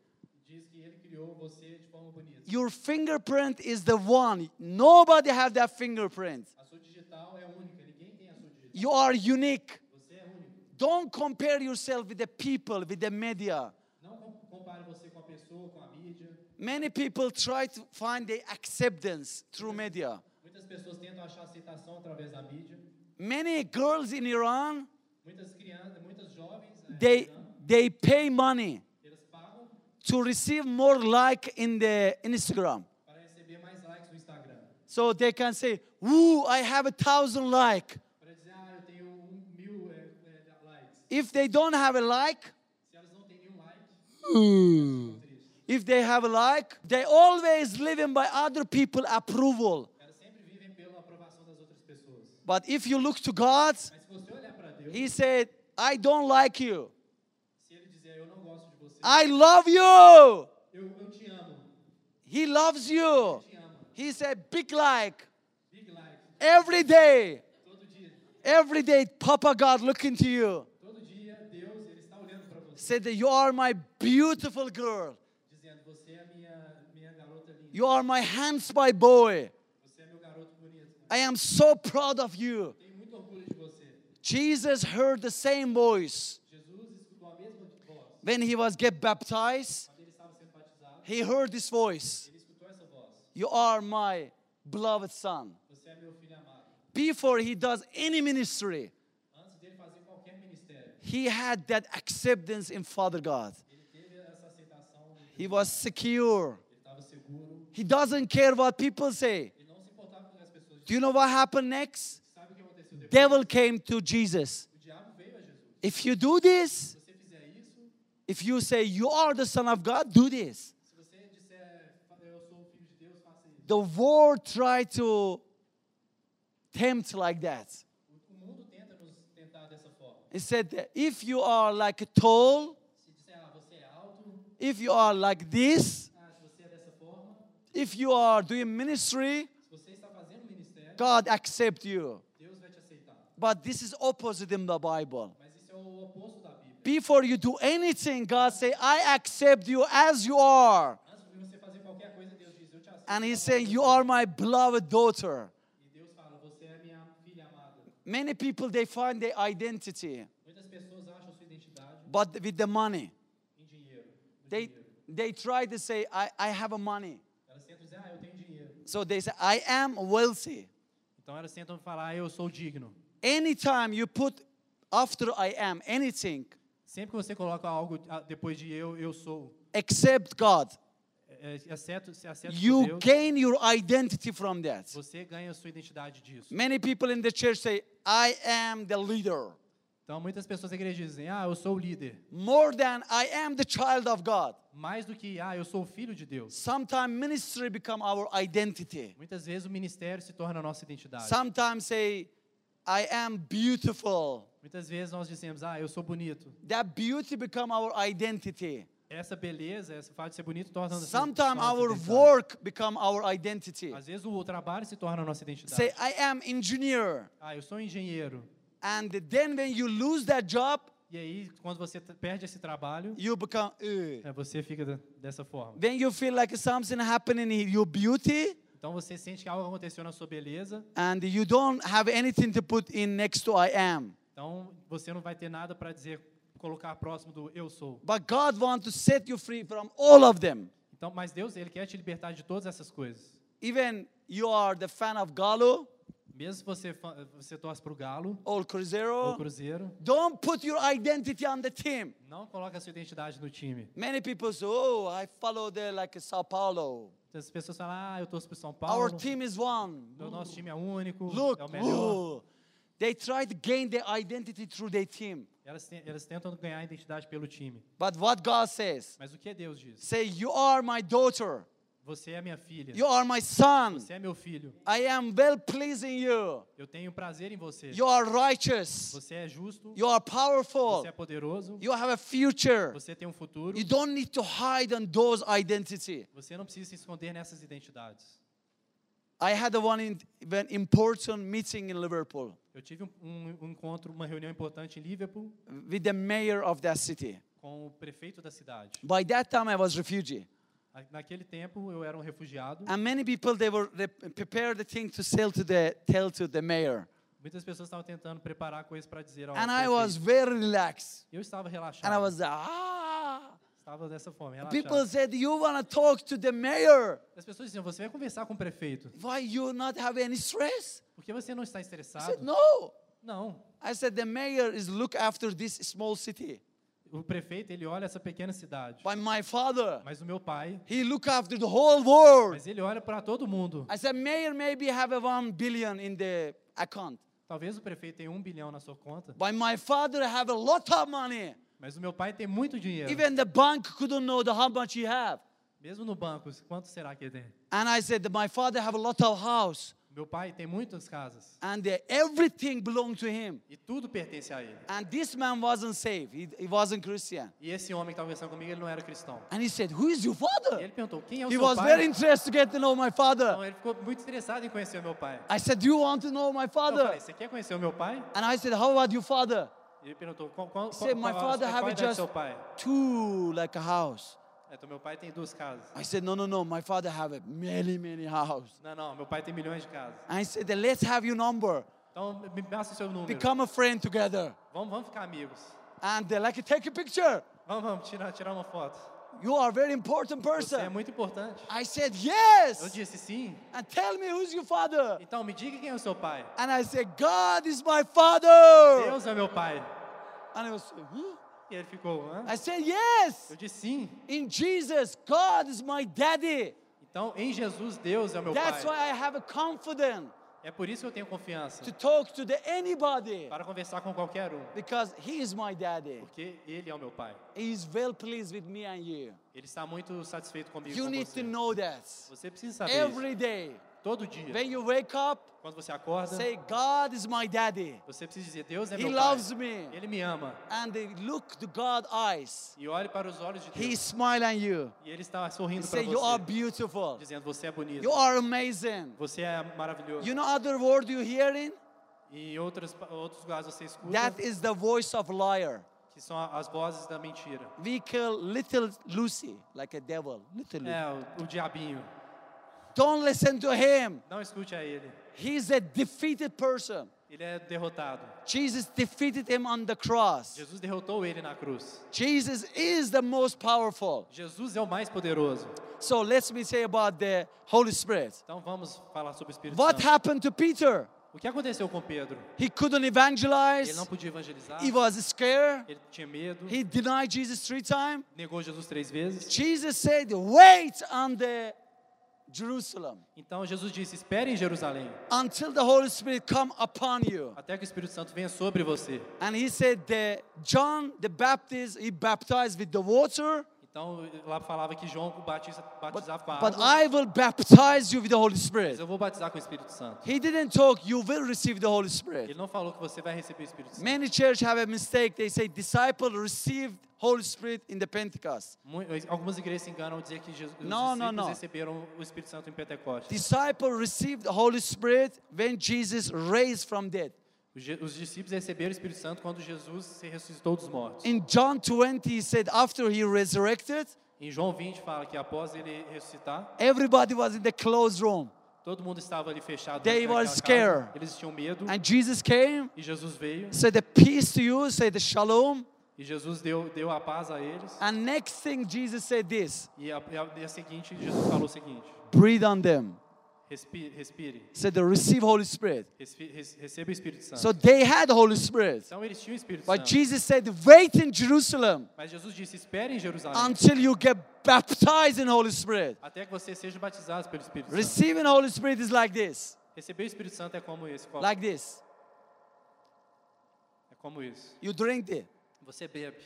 S2: diz que ele criou você de forma bonita.
S1: Your fingerprint is the one. Nobody have that fingerprint.
S2: A sua digital é única, ninguém tem a sua digital.
S1: You are unique.
S2: Você é único.
S1: Don't compare yourself with the people, with the media.
S2: Não com- compare você com a pessoa, com a mídia.
S1: Many people try to find their acceptance through media.
S2: Muitas pessoas tentam achar aceitação através da mídia.
S1: Many girls in Iran,
S2: Muitas crianças, muitas jovens, eh,
S1: they
S2: não,
S1: they pay money
S2: elas pagam
S1: to receive more like in the Instagram.
S2: para receber mais likes no Instagram.
S1: So they can say, Woo, I have a thousand like.
S2: Para dizer, ah, eu tenho um mil é, é, likes.
S1: If they don't have a like,
S2: Se elas não têm nenhum like,
S1: if they have a like, they always living by other people approval.
S2: elas sempre vivem pela aprovação das outras pessoas.
S1: But if you look to God,
S2: Mas se você olhar para Deus,
S1: He said, I don't like you.
S2: se Ele dizer, eu não gosto de você,
S1: I love you.
S2: eu, eu te amo,
S1: He loves you.
S2: te amo.
S1: He said, big like
S2: Big like,
S1: every day.
S2: todo dia.
S1: Every day, Papa God looking to you.
S2: Todo dia, Deus, Ele está olhando para você,
S1: Said that you are my beautiful girl.
S2: dizendo, você é a minha, minha garota linda.
S1: You are my hands, my boy.
S2: Você é meu garoto bonito.
S1: I am so proud of you.
S2: Tenho muito orgulho de você.
S1: Jesus heard the same voice
S2: Jesus escutou a mesma voz.
S1: when he was get baptized.
S2: Quando ele estava sendo batizado,
S1: He heard this voice.
S2: ele escutou essa voz.
S1: You are my beloved son.
S2: Você é meu filho amado.
S1: Before he does any ministry,
S2: Antes dele fazer qualquer ministério,
S1: he had that acceptance in Father God.
S2: ele teve essa aceitação, ele
S1: He was secure.
S2: estava seguro,
S1: He doesn't care what people say.
S2: ele não se importava com as pessoas.
S1: Do you know what happened next?
S2: Sabe o que aconteceu depois?
S1: Devil came to Jesus.
S2: O diabo veio a Jesus.
S1: If you do this,
S2: Se você fizer isso,
S1: if you say you are the son of God, do this.
S2: se você disser, eu sou o filho de Deus, faça isso.
S1: The world try to tempt like that.
S2: O o mundo tenta nos tentar dessa forma.
S1: He said, that if you are like tall,
S2: Se disser, ah, você é alto,
S1: if you are like this,
S2: ah, se você é dessa forma,
S1: if you are doing ministry,
S2: se você está fazendo ministério,
S1: God accept you.
S2: Deus vai te aceitar.
S1: But this is opposite in the Bible.
S2: Mas isso é o oposto da Bíblia.
S1: Before you do anything, God say, I accept you as you are.
S2: Antes de você fazer qualquer coisa, Deus diz, eu te aceito.
S1: And he saying, you are my beloved daughter.
S2: E Deus fala, você é minha filha amada.
S1: Many people, they find their identity,
S2: Muitas pessoas acham sua identidade
S1: but with the money.
S2: em dinheiro. no
S1: They,
S2: dinheiro.
S1: they try to say, I, I have a money.
S2: Elas tentam dizer, ah, eu tenho dinheiro.
S1: So they say, I am wealthy.
S2: Então elas tentam falar, ah, eu sou digno.
S1: Anytime you put after I am anything,
S2: Sempre que você coloca algo ah, depois de eu, eu sou,
S1: except God,
S2: é, é, exceto, se acerta com
S1: you
S2: Deus,
S1: gain your identity from that.
S2: você ganha a sua identidade disso.
S1: Many people in the church say, I am the leader,
S2: Então muitas pessoas na igreja dizem, ah, eu sou o líder.
S1: more than I am the child of God.
S2: Mais do que, ah, eu sou o filho de Deus.
S1: Sometimes ministry become our identity.
S2: Muitas vezes o ministério se torna a nossa identidade.
S1: Sometimes say, I am beautiful.
S2: Muitas vezes nós dizemos, ah, eu sou bonito.
S1: That beauty become our identity.
S2: Essa beleza, esse fato de ser bonito torna
S1: Sometimes
S2: nossa
S1: our
S2: identidade.
S1: work become our identity.
S2: Às vezes o trabalho se torna a nossa identidade.
S1: Say, I am engineer.
S2: Ah, eu sou engenheiro.
S1: And then when you lose that job,
S2: E aí, quando você t- perde esse trabalho,
S1: you become, "Ugh."
S2: é, você fica de- dessa forma.
S1: then you feel like something happening in your beauty
S2: Então você sente que algo aconteceu na sua beleza,
S1: and you don't have anything to put in next to I am.
S2: então você não vai ter nada para dizer, colocar próximo do eu sou.
S1: But God wants to set you free from all of them.
S2: Então, mas Deus, ele quer te libertar de todas essas coisas.
S1: Even you are the fan of Galo
S2: Mesmo se você fa- você torce pro Galo
S1: or
S2: ou
S1: Cruzeiro,
S2: Cruzeiro,
S1: don't put your identity on the team.
S2: não coloca a sua identidade no time.
S1: Many people say, oh, I follow the like Sao Paulo.
S2: As pessoas falam: "Ah, eu torço pro São
S1: Our
S2: Paulo.
S1: team is one.
S2: O nosso time é único,
S1: Look, oh.
S2: é o melhor."
S1: ooh. they try to gain their identity through their team.
S2: Elas, te- elas tentam ganhar a identidade pelo time.
S1: But what God says,
S2: Mas o que é Deus diz?
S1: say, you are my daughter,
S2: Você é minha filha.
S1: you are my son,
S2: Você é meu filho.
S1: I am well pleasing you,
S2: Eu tenho prazer em você.
S1: you are righteous,
S2: Você é justo.
S1: you are powerful,
S2: Você é poderoso.
S1: you have a future.
S2: Você tem um futuro.
S1: You don't need to hide on those identity.
S2: Você não precisa se esconder nessas identidades.
S1: I had a one in, an important meeting in Liverpool
S2: Eu tive um, um- um encontro, uma reunião importante em Liverpool
S1: with the mayor of that city.
S2: com o prefeito da cidade.
S1: By that time, I was refugee,
S2: A- Naquele tempo eu era um refugiado.
S1: and many people they were they prepared the thing to sell to the tell to the mayor,
S2: Muitas pessoas estavam tentando preparar coisas para dizer ao
S1: and I
S2: prefeito.
S1: was very relaxed,
S2: Eu estava
S1: and I
S2: relaxado.
S1: was ah.
S2: Estava dessa forma,
S1: People
S2: relaxado.
S1: said you wanna talk to the mayor?
S2: As pessoas diziam: "Você vai conversar com o prefeito?
S1: Why you not have any stress?
S2: Por que você não está
S1: I
S2: estressado?"
S1: said no.
S2: Não.
S1: I said the mayor is look after this small city.
S2: o prefeito, ele olha essa pequena cidade.
S1: But my father,
S2: Mas o meu pai,
S1: he look after the whole world.
S2: mas ele olha para todo mundo.
S1: I said, Mayor maybe have a one billion in the account.
S2: Talvez o prefeito tenha um bilhão na sua conta,
S1: But my father have a lot of money.
S2: mas o meu pai tem muito dinheiro.
S1: Even the bank couldn't know the, how much he have.
S2: Mesmo no banco, quanto será que ele tem?
S1: And I said, my father have a lot of house.
S2: Meu pai tem muitas casas
S1: And uh, everything belonged to him.
S2: e tudo pertence a ele.
S1: And this man wasn't saved. He, he wasn't Christian.
S2: E esse homem que estava conversando comigo, ele não era cristão.
S1: And he said, who is your
S2: E
S1: father?
S2: ele perguntou, quem é o
S1: He
S2: seu
S1: was
S2: pai?
S1: very interested to get to know my
S2: Então,
S1: father.
S2: ele ficou muito interessado em conhecer o meu pai.
S1: I said, do you want to know my
S2: Então, eu
S1: father?
S2: falei, você quer conhecer o meu pai?
S1: And I said, how about your father?
S2: E ele perguntou, qual, qual, qual,
S1: said,
S2: qual,
S1: "My father
S2: qual,
S1: have
S2: qual
S1: it
S2: idade é
S1: just-
S2: seu pai?
S1: Two, like a house.
S2: É, Então, meu pai tem duas casas.
S1: I said, no, no, no. My father have a many, many house.
S2: Não, não, meu pai tem milhões de casas.
S1: I said, then let's have your number.
S2: Então, me passa o seu número.
S1: Become a friend together.
S2: Vamos, vamos ficar amigos.
S1: And uh, like take a picture.
S2: Vamos, vamos tirar, tirar uma foto.
S1: You are a very important
S2: Você é
S1: person.
S2: muito importante.
S1: I said,
S2: Eu
S1: yes.
S2: disse sim.
S1: And tell me who's your father.
S2: Então, me diga quem é o seu pai.
S1: And I said, God is my father.
S2: Deus é meu pai.
S1: And I was, huh?
S2: E ele ficou, hã?
S1: I said, yes.
S2: Eu disse sim.
S1: In Jesus, God is my daddy.
S2: Então, em Jesus, Deus é o meu
S1: That's why
S2: pai.
S1: I have a confidence
S2: É por isso que eu tenho confiança.
S1: to talk to the anybody
S2: Para conversar com qualquer um.
S1: because He is my daddy.
S2: Porque ele é o meu pai.
S1: He is well pleased with me and you.
S2: Ele está muito satisfeito comigo.
S1: You
S2: com
S1: need
S2: você.
S1: to know that
S2: Você precisa saber isso.
S1: every day.
S2: todo dia.
S1: When you wake up,
S2: Quando você acorda,
S1: say, God is my daddy.
S2: você precisa dizer: Deus é
S1: He
S2: meu
S1: loves
S2: pai.
S1: me.
S2: Ele me ama.
S1: And they look to God eyes.
S2: E olhe para os olhos de Deus.
S1: He smile on you.
S2: E ele está
S1: He
S2: sorrindo para
S1: say, you are
S2: você,
S1: beautiful.
S2: dizendo: Você é bonito.
S1: You are amazing.
S2: Você é maravilhoso.
S1: You know other word you hearing?
S2: E em outros, outros lugares você escuta
S1: That is the voice of liar.
S2: que são a- as vozes da mentira.
S1: We call little Lucy like a devil. Little Lucy.
S2: É, o, o diabinho.
S1: Don't listen to him.
S2: Não escute a ele.
S1: He's a defeated person.
S2: Ele é derrotado.
S1: Jesus defeated him on the cross.
S2: Jesus derrotou ele na cruz.
S1: Jesus is the most powerful.
S2: Jesus é o mais poderoso.
S1: So let me say about the Holy Spirit.
S2: Então vamos falar sobre o Espírito
S1: What
S2: Santo.
S1: happened to Peter?
S2: O que aconteceu com Pedro?
S1: He couldn't
S2: Ele
S1: evangelize.
S2: não podia evangelizar.
S1: He was scared.
S2: Ele tinha medo.
S1: He denied Jesus three times.
S2: Negou Jesus três vezes.
S1: Jesus said, "Wait on the Jerusalem
S2: Então Jesus disse: Espere em Jerusalém,
S1: until the Holy Spirit come upon you."
S2: até que o Espírito Santo venha sobre você.
S1: And he said, the, "John the Baptist, he baptized with the water,
S2: Então lá falava que João batiza, batizava com a
S1: but
S2: água,
S1: I will baptize you with the Holy
S2: mas
S1: Spirit."
S2: eu vou batizar com o Espírito Santo.
S1: He didn't talk, "You will receive the Holy Spirit."
S2: Ele não falou que você vai receber o Espírito Santo.
S1: Many church have a mistake. They say disciple received Holy Spirit in the Pentecost.
S2: Mu- Algumas igrejas se enganam ao dizer que Jesus, os
S1: Não, não,
S2: discípulos
S1: não.
S2: receberam o Espírito Santo em Pentecostes.
S1: Disciple received the Holy Spirit when Jesus raised from dead.
S2: Os, je- os discípulos receberam o Espírito Santo quando Jesus se ressuscitou dos mortos.
S1: In John 20, he said after he resurrected,
S2: Em João 20 fala que após ele ressuscitar,
S1: everybody was in the closed room.
S2: todo mundo estava ali fechado.
S1: They
S2: dentro
S1: were
S2: daquela
S1: scared.
S2: casa. Eles tinham medo.
S1: And Jesus came,
S2: E Jesus veio.
S1: said the peace to you, said the shalom.
S2: E Jesus deu, deu a paz a eles.
S1: And next thing Jesus said this,
S2: E a, e a- e a seguinte, Jesus falou o seguinte:
S1: breathe on them.
S2: respire, respire,
S1: Said they receive Holy Spirit.
S2: respi- res- receba o Espírito Santo.
S1: So they had Holy Spirit.
S2: então eles tinham o Espírito
S1: But
S2: Santo.
S1: Jesus said, wait in Jerusalem
S2: Mas Jesus disse: espere em Jerusalém
S1: until you get baptized in Holy Spirit.
S2: até que você seja batizado pelo Espírito Santo.
S1: Receiving Holy Spirit is like this,
S2: Receber o Espírito Santo é como esse copo.
S1: like this.
S2: é como isso.
S1: You drink it.
S2: Você bebe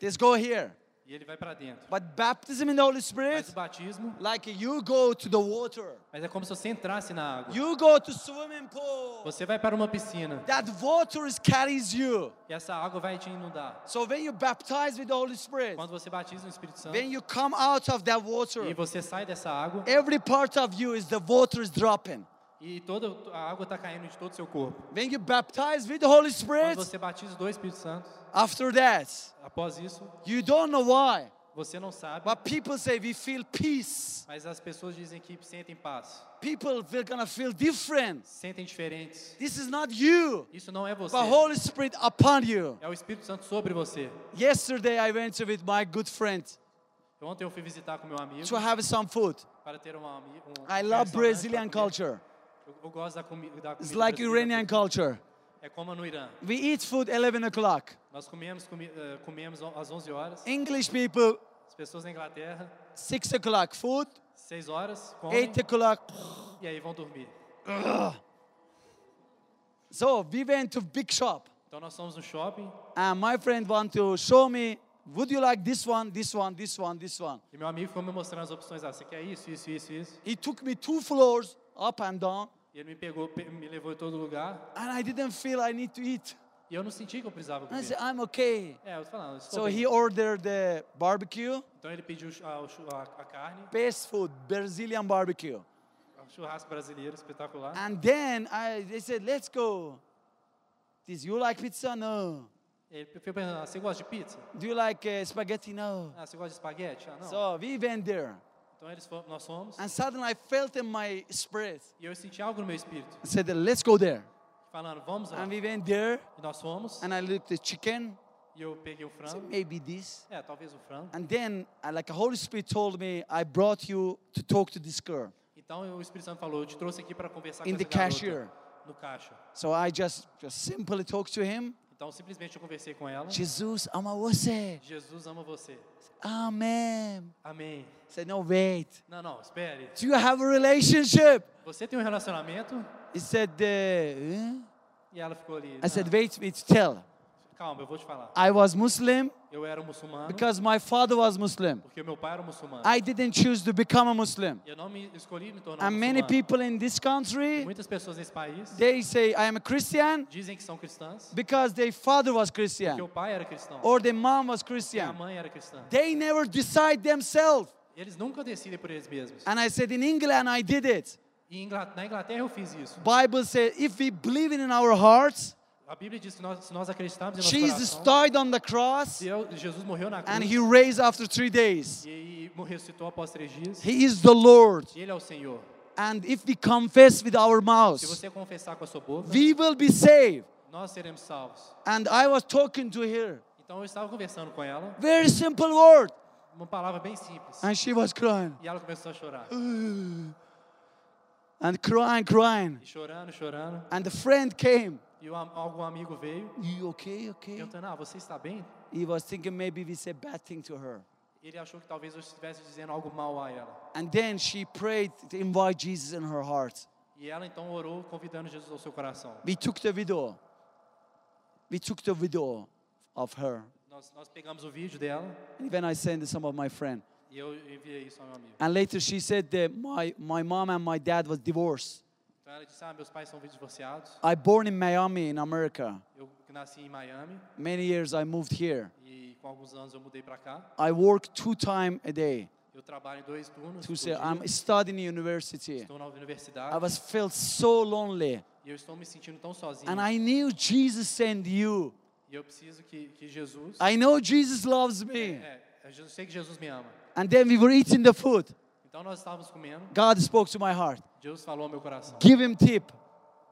S1: Just go here.
S2: e ele vai para dentro.
S1: But baptism in the Holy Spirit,
S2: Mas o batismo,
S1: like you go to the water,
S2: mas é como se você entrasse na água.
S1: you go to swimming pool.
S2: Você vai para uma piscina
S1: That water is carries you.
S2: e essa água vai te inundar.
S1: So when you baptize with the Holy Spirit,
S2: Quando você batiza no Espírito Santo
S1: when you come out of that
S2: e
S1: water,
S2: você sai dessa água
S1: every part of you is the water is dropping.
S2: e toda a água está caindo de todo o seu corpo.
S1: When you baptize with the Holy
S2: Quando
S1: Spirit,
S2: você batiza do Espírito Santo,
S1: after that,
S2: após isso,
S1: you don't know why,
S2: você não sabe,
S1: but people say we feel peace.
S2: mas as pessoas dizem que sentem paz,
S1: People feel gonna feel different.
S2: sentem diferentes.
S1: This is not you,
S2: Isso não é você.
S1: but Holy Spirit upon you.
S2: É o Espírito Santo sobre você.
S1: Yesterday I went with my good friend
S2: Ontem eu fui visitar com meu amigo
S1: to have some food.
S2: para ter uma ami- um
S1: I
S2: um
S1: love
S2: restaurante pra
S1: Brazilian
S2: comer.
S1: culture.
S2: Eu, eu gosto da, comi da comida.
S1: It's like
S2: brasileira.
S1: Iranian culture.
S2: É É como no Irã.
S1: We eat food 11 o'clock.
S2: Nós comemos, comi, eh, comemos ao- às 11 horas.
S1: English people,
S2: As pessoas na Inglaterra,
S1: 6 o'clock food,
S2: 6 horas, comem
S1: 8 o'clock.
S2: e aí vão dormir.
S1: So we went to big shop.
S2: Então nós somos no shopping
S1: And my friend want to show me, would you like this one, this one, this one, this one?
S2: e meu amigo ficou me mostrando as opções. Ah, você quer isso, isso, isso, isso?
S1: He took me two floors up and down.
S2: E ele me pegou, pe- me levou em todo lugar
S1: And I didn't feel I need to eat.
S2: e eu não senti que eu precisava
S1: I
S2: comer.
S1: said, I'm okay.
S2: É, eu falava, estou
S1: So
S2: bem.
S1: he ordered the barbecue,
S2: Então ele pediu a, a, a carne,
S1: best food, Brazilian barbecue.
S2: um churrasco brasileiro espetacular.
S1: And then I, they said, let's go. This, you like pizza? No.
S2: Ele ficou perguntando, ah, você gosta de pizza?
S1: Do you like uh, spaghetti? No.
S2: Ah, você gosta de espaguete? Ah, não.
S1: So we went there.
S2: Então eles fomos, nós fomos
S1: And suddenly I felt in my spirit.
S2: e eu senti algo no meu espírito,
S1: I said, let's go there.
S2: falando, vamos lá.
S1: And we went there.
S2: E nós fomos
S1: And I looked at chicken.
S2: e eu peguei o
S1: I said,
S2: frango.
S1: maybe this.
S2: É, talvez o frango.
S1: And then, uh, like the Holy Spirit told me, I brought you to talk to this girl.
S2: Então o Espírito Santo falou, eu te trouxe aqui para conversar
S1: In
S2: com essa
S1: the
S2: garota
S1: cashier.
S2: no caixa.
S1: So I just, just simply talked to him.
S2: Então simplesmente eu conversei com ela.
S1: Jesus ama você.
S2: Jesus ama você.
S1: Amen.
S2: Amém.
S1: I said, no, wait.
S2: Não, não, espere.
S1: Do you have a relationship?
S2: Você tem um relacionamento?
S1: He said, uh, huh?
S2: E ela ficou ali.
S1: I said,
S2: "Não,
S1: wait, wait, tell.
S2: Calma, eu vou te falar.
S1: I was Muslim
S2: Eu era um muçulmano
S1: because my father was Muslim.
S2: porque meu pai era um muçulmano.
S1: I didn't choose to become a Muslim.
S2: Eu não me escolhi me tornar um
S1: And many
S2: muçulmano.
S1: people in this country,
S2: Muitas pessoas nesse país
S1: they say, I am a Christian
S2: dizem que são cristãs
S1: because their father was
S2: porque o
S1: Christian
S2: pai era cristão
S1: or their mom was
S2: e a
S1: Christian.
S2: mãe era cristã.
S1: They never decide themselves.
S2: Eles nunca decidem por eles mesmos.
S1: And I said, in England, I did it.
S2: E em Ingla- na Inglaterra eu fiz isso.
S1: Bible says, if we believe it in our hearts,
S2: A Bíblia diz que nós, se nós acreditarmos em nosso
S1: Jesus
S2: coração,
S1: died on the cross
S2: se eu- Jesus morreu na cruz
S1: and he raised after three days.
S2: e aí mo- ressuscitou após três dias.
S1: He is the Lord.
S2: Ele é o Senhor.
S1: And if we confess with our
S2: Se
S1: mouths,
S2: você confessar com a sua boca,
S1: we will be saved.
S2: nós seremos salvos.
S1: And I was talking to her,
S2: Então eu estava conversando com ela,
S1: very simple word.
S2: uma palavra bem simples,
S1: And she was crying
S2: e ela começou a chorar.
S1: and crying, crying.
S2: E chorando, chorando.
S1: And the friend came.
S2: E o am- algum amigo veio,
S1: You okay? Okay.
S2: perguntando: Ah, você está bem?
S1: He was thinking maybe we said bad thing to her.
S2: Ele achou que talvez eu estivesse dizendo algo mal a ela.
S1: And then she prayed to invite Jesus in her heart.
S2: E ela então orou, convidando Jesus ao seu coração.
S1: We took the video. We took the video of her.
S2: Nós, nós pegamos o vídeo dela
S1: And even I sent to some of my friends.
S2: e eu enviei isso ao meu amigo.
S1: And later she said that my, my mom and my dad was divorced.
S2: Então ela disse: Ah, meus pais são divorciados.
S1: I born in Miami in America.
S2: Eu nasci em Miami
S1: Many years I moved here.
S2: e com alguns anos eu mudei para cá.
S1: I work two time a day.
S2: Eu trabalho em dois turnos.
S1: To
S2: por
S1: say
S2: dia.
S1: I'm studying university.
S2: Estou na
S1: I
S2: universidade
S1: was felt so lonely.
S2: e eu estou me sentindo tão sozinho.
S1: And I knew Jesus sent you.
S2: E eu preciso que, que Jesus.
S1: I know Jesus loves me.
S2: É, eu já sei que Jesus me ama.
S1: And then we were eating the food.
S2: Então nós estávamos comendo,
S1: God spoke to my heart.
S2: Jesus falou ao meu coração.
S1: Give him tip.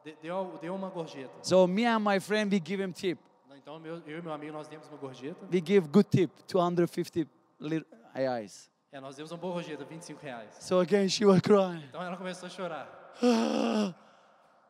S2: De- Deu, deu uma gorjeta.
S1: So me and my friend we give him tip.
S2: Então meu, eu e meu amigo nós demos uma gorjeta.
S1: We give good tip, 250 lir- reais.
S2: É, nós demos uma boa gorjeta, 25 reais.
S1: So again she was crying.
S2: Então ela começou a chorar.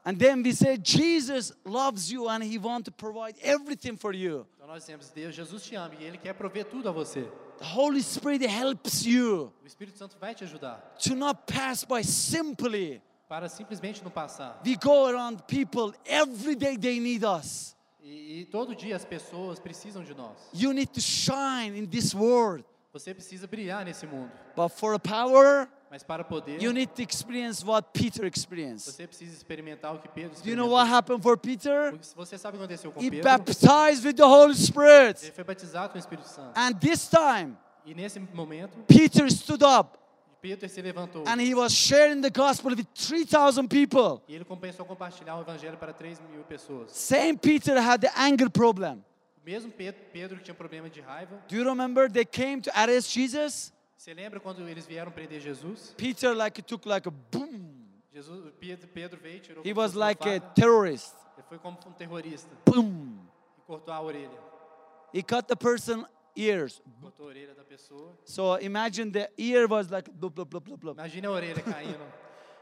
S1: And then we said, Jesus loves you and he wants to provide everything for you.
S2: Então nós dissemos, Deus, Jesus te ama e Ele quer prover tudo a você.
S1: The Holy Spirit helps you
S2: O Espírito Santo vai te ajudar
S1: to not pass by simply.
S2: para simplesmente não passar.
S1: We go around people every day they need us.
S2: E, e todo dia as pessoas precisam de nós.
S1: You need to shine in this world.
S2: Você precisa brilhar nesse mundo.
S1: But for power,
S2: Mas para poder,
S1: you need to experience what Peter experienced.
S2: você precisa experimentar o que Pedro
S1: Do you know what
S2: experimentou.
S1: happened for Peter?
S2: Você sabe o que aconteceu com
S1: He
S2: Pedro?
S1: baptized with the Holy Spirit.
S2: Ele foi batizado com o Espírito Santo.
S1: And this time,
S2: E nesse momento,
S1: Peter stood up
S2: Pedro se levantou.
S1: and he was sharing the gospel with 3,000 people.
S2: E ele começou a compartilhar o evangelho para 3 mil pessoas.
S1: Saint Peter had the anger problem.
S2: O mesmo Pedro, Pedro que tinha problema de raiva.
S1: Do you remember they came to arrest Jesus?
S2: Você lembra quando eles vieram prender Jesus?
S1: Peter like took like a boom.
S2: Jesus Pedro, Pedro veio, tirou
S1: He
S2: como
S1: was
S2: se fosse
S1: like
S2: uma
S1: a
S2: faca.
S1: terrorist.
S2: Ele foi como um terrorista
S1: Boom.
S2: e cortou a orelha.
S1: He cut the person ears.
S2: Cortou a orelha da pessoa.
S1: So imagine the ear was like blah blah blah blah blah.
S2: Imagina a orelha caindo.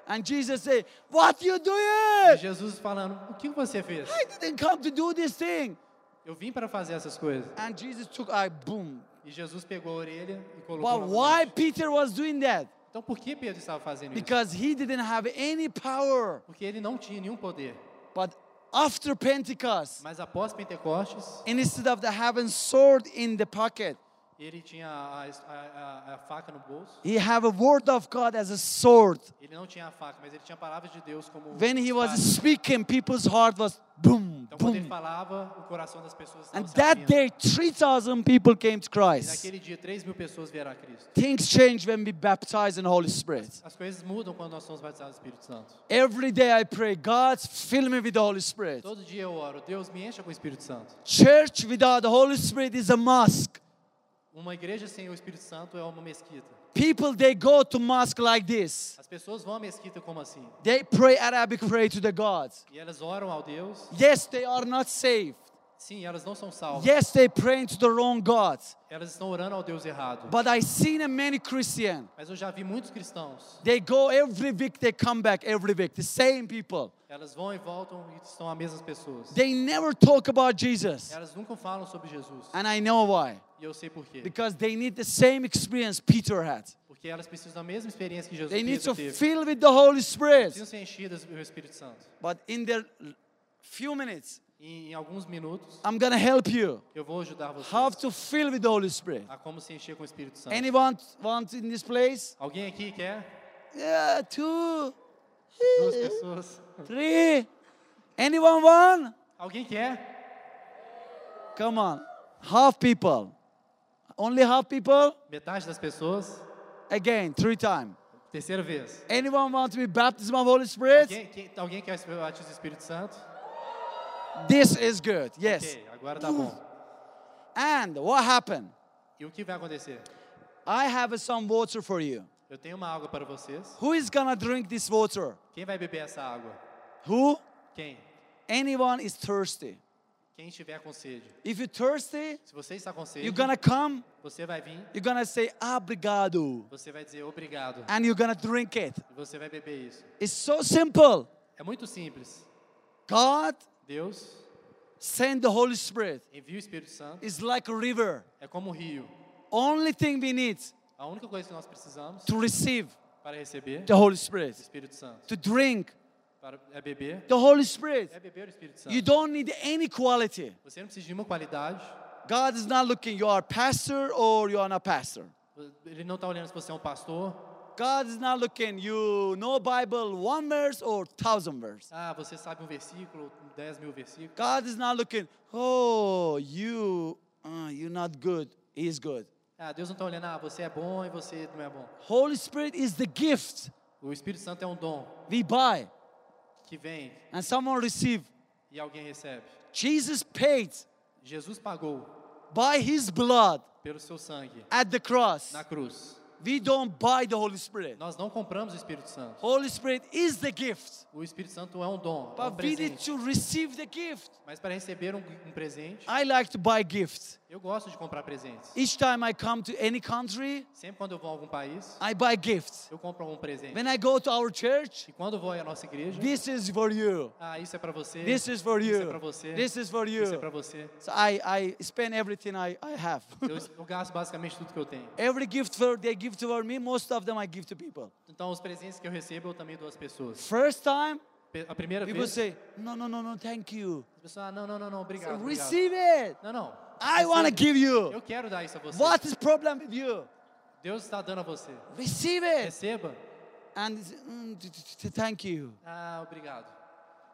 S1: And Jesus said, What you doing?
S2: Jesus falando, o que você fez?
S1: I didn't come to do this thing.
S2: Eu vim para fazer essas coisas.
S1: And Jesus took I boom.
S2: E Jesus pegou a orelha e colocou
S1: But
S2: novamente.
S1: why Peter was doing that?
S2: Então por que Pedro estava fazendo isso?
S1: Because he didn't have any power.
S2: Porque ele não tinha nenhum poder.
S1: But after Pentecost,
S2: Mas após Pentecostes,
S1: instead of the having sword in the pocket,
S2: ele tinha a, a- a- a faca no bolso.
S1: he have a word of God as a sword.
S2: Ele não tinha a faca, mas ele tinha palavras de Deus como.
S1: When he was
S2: espada.
S1: speaking, people's heart was boom,
S2: Então quando
S1: boom.
S2: ele falava, o coração das pessoas estava
S1: And
S2: se
S1: that
S2: abrindo.
S1: day, 3,000 people came to
S2: E
S1: Christ.
S2: naquele dia, 3 mil pessoas vieram a Cristo.
S1: Things change when we baptize in Holy Spirit.
S2: As coisas mudam quando nós somos batizados no Espírito Santo.
S1: Every day I pray, God, fill me with the Holy Spirit.
S2: Todo dia eu oro, Deus me encha com o Espírito Santo.
S1: Church without the Holy Spirit is a mosque.
S2: Uma igreja sem o Espírito Santo é uma mesquita.
S1: People, they go to mosque like this.
S2: As pessoas vão à mesquita como assim?
S1: They pray Arabic prayer to the gods.
S2: E elas oram ao Deus?
S1: Yes, they are not saved.
S2: Sim, elas não são salvas.
S1: Yes, they praying to the wrong gods.
S2: Elas estão orando ao Deus errado.
S1: But I seen a many Christian.
S2: Mas eu já vi muitos cristãos.
S1: They go every week, they come back every week. The same people.
S2: Elas vão e voltam e estão as mesmas pessoas.
S1: They never talk about Jesus.
S2: Elas nunca falam sobre Jesus.
S1: And I know why.
S2: E eu sei por quê.
S1: Ah. Because they need the same experience Peter had.
S2: Porque elas precisam da mesma experiência que Jesus
S1: They need to
S2: Pedro teve.
S1: fill with the Holy
S2: Precisam
S1: Spirit.
S2: ser enchidas pelo Espírito Santo.
S1: But in the few minutes,
S2: E em alguns minutos,
S1: I'm gonna help you
S2: eu vou ajudar vocês
S1: how to fill with the Holy Spirit.
S2: a como se encher com o Espírito Santo.
S1: Anyone want in this place?
S2: Alguém aqui quer?
S1: Yeah, two,
S2: Duas pessoas.
S1: three. Anyone want?
S2: Alguém quer?
S1: Come on, half people. Only half people.
S2: Metade das pessoas.
S1: Again, three times.
S2: Terceira vez.
S1: Anyone want to be baptism of Holy Spirit?
S2: Alguém, quem- alguém quer o batismo do Espírito Santo?
S1: This is good. Yes.
S2: Ok, agora tá bom.
S1: And what happened?
S2: E o que vai acontecer?
S1: I have some water for you.
S2: Eu tenho uma água para vocês.
S1: Who is gonna drink this water?
S2: Quem vai beber essa água?
S1: Who?
S2: Quem?
S1: Anyone is thirsty.
S2: Quem estiver com sede.
S1: If you're thirsty,
S2: Se você está com sede,
S1: you're gonna come,
S2: você vai vir,
S1: you're gonna say obrigado,
S2: você vai dizer obrigado.
S1: and you're gonna drink it.
S2: E você vai beber isso.
S1: It's so simple.
S2: É muito simples.
S1: God
S2: Deus
S1: send the Holy Spirit.
S2: envia o Espírito Santo.
S1: It's like a river.
S2: É como um rio.
S1: Only thing we need
S2: A única coisa que nós precisamos
S1: to receive
S2: para receber é
S1: the Holy
S2: o
S1: Spirit,
S2: Espírito Santo,
S1: to drink
S2: para é beber,
S1: the Holy Spirit.
S2: é beber o Espírito Santo.
S1: You don't need any quality.
S2: Você não precisa de uma qualidade.
S1: God is not looking you are pastor or you are not pastor.
S2: Ele não está olhando se você é um pastor.
S1: God is not looking you know Bible one verse or thousand verse.
S2: Ah, você sabe um versículo, dez mil versículos.
S1: God is not looking, oh, you, uh, you're not good. He's good.
S2: Ah, Deus não está olhando, ah, você é bom e você não é bom.
S1: Holy Spirit is the gift
S2: O Espírito Santo é um dom
S1: we buy
S2: que vem
S1: and someone receive.
S2: e alguém recebe.
S1: Jesus paid
S2: Jesus pagou
S1: by his blood
S2: pelo seu sangue
S1: at the cross.
S2: na cruz.
S1: We don't buy the Holy Spirit.
S2: Nós não compramos o Espírito Santo.
S1: Holy Spirit is the gift,
S2: O Espírito Santo é um dom, é um
S1: but we need
S2: presente.
S1: to receive the gift.
S2: Mas para receber um, um presente,
S1: I like to buy gifts.
S2: eu gosto de comprar presentes.
S1: Each time I come to any country,
S2: Sempre quando eu vou a algum país,
S1: I buy gifts.
S2: eu compro algum presente.
S1: When I go to our church,
S2: E quando eu vou à nossa igreja,
S1: this is for you.
S2: ah, isso é para você.
S1: This is for
S2: Isso é
S1: you.
S2: para você.
S1: This is for you.
S2: Isso é para você.
S1: So I, I spend everything I, I have.
S2: Eu, eu gasto basicamente tudo que eu tenho.
S1: Every gift for, they give to me, most of them I give to people.
S2: Então, os presentes que eu recebo, eu também dou às pessoas.
S1: First time,
S2: Pe- A primeira
S1: people
S2: vez, a
S1: say, no, no, no, no, thank you.
S2: pessoa, ah, não, não, não, não,
S1: So
S2: obrigado, obrigado.
S1: receive it.
S2: Não, não.
S1: I want to give you.
S2: Eu quero dar isso a você.
S1: What is problem with you?
S2: Deus está dando a você.
S1: Receive it.
S2: Receba.
S1: And it's, "Mm, t- t- t- thank you.
S2: Ah, obrigado.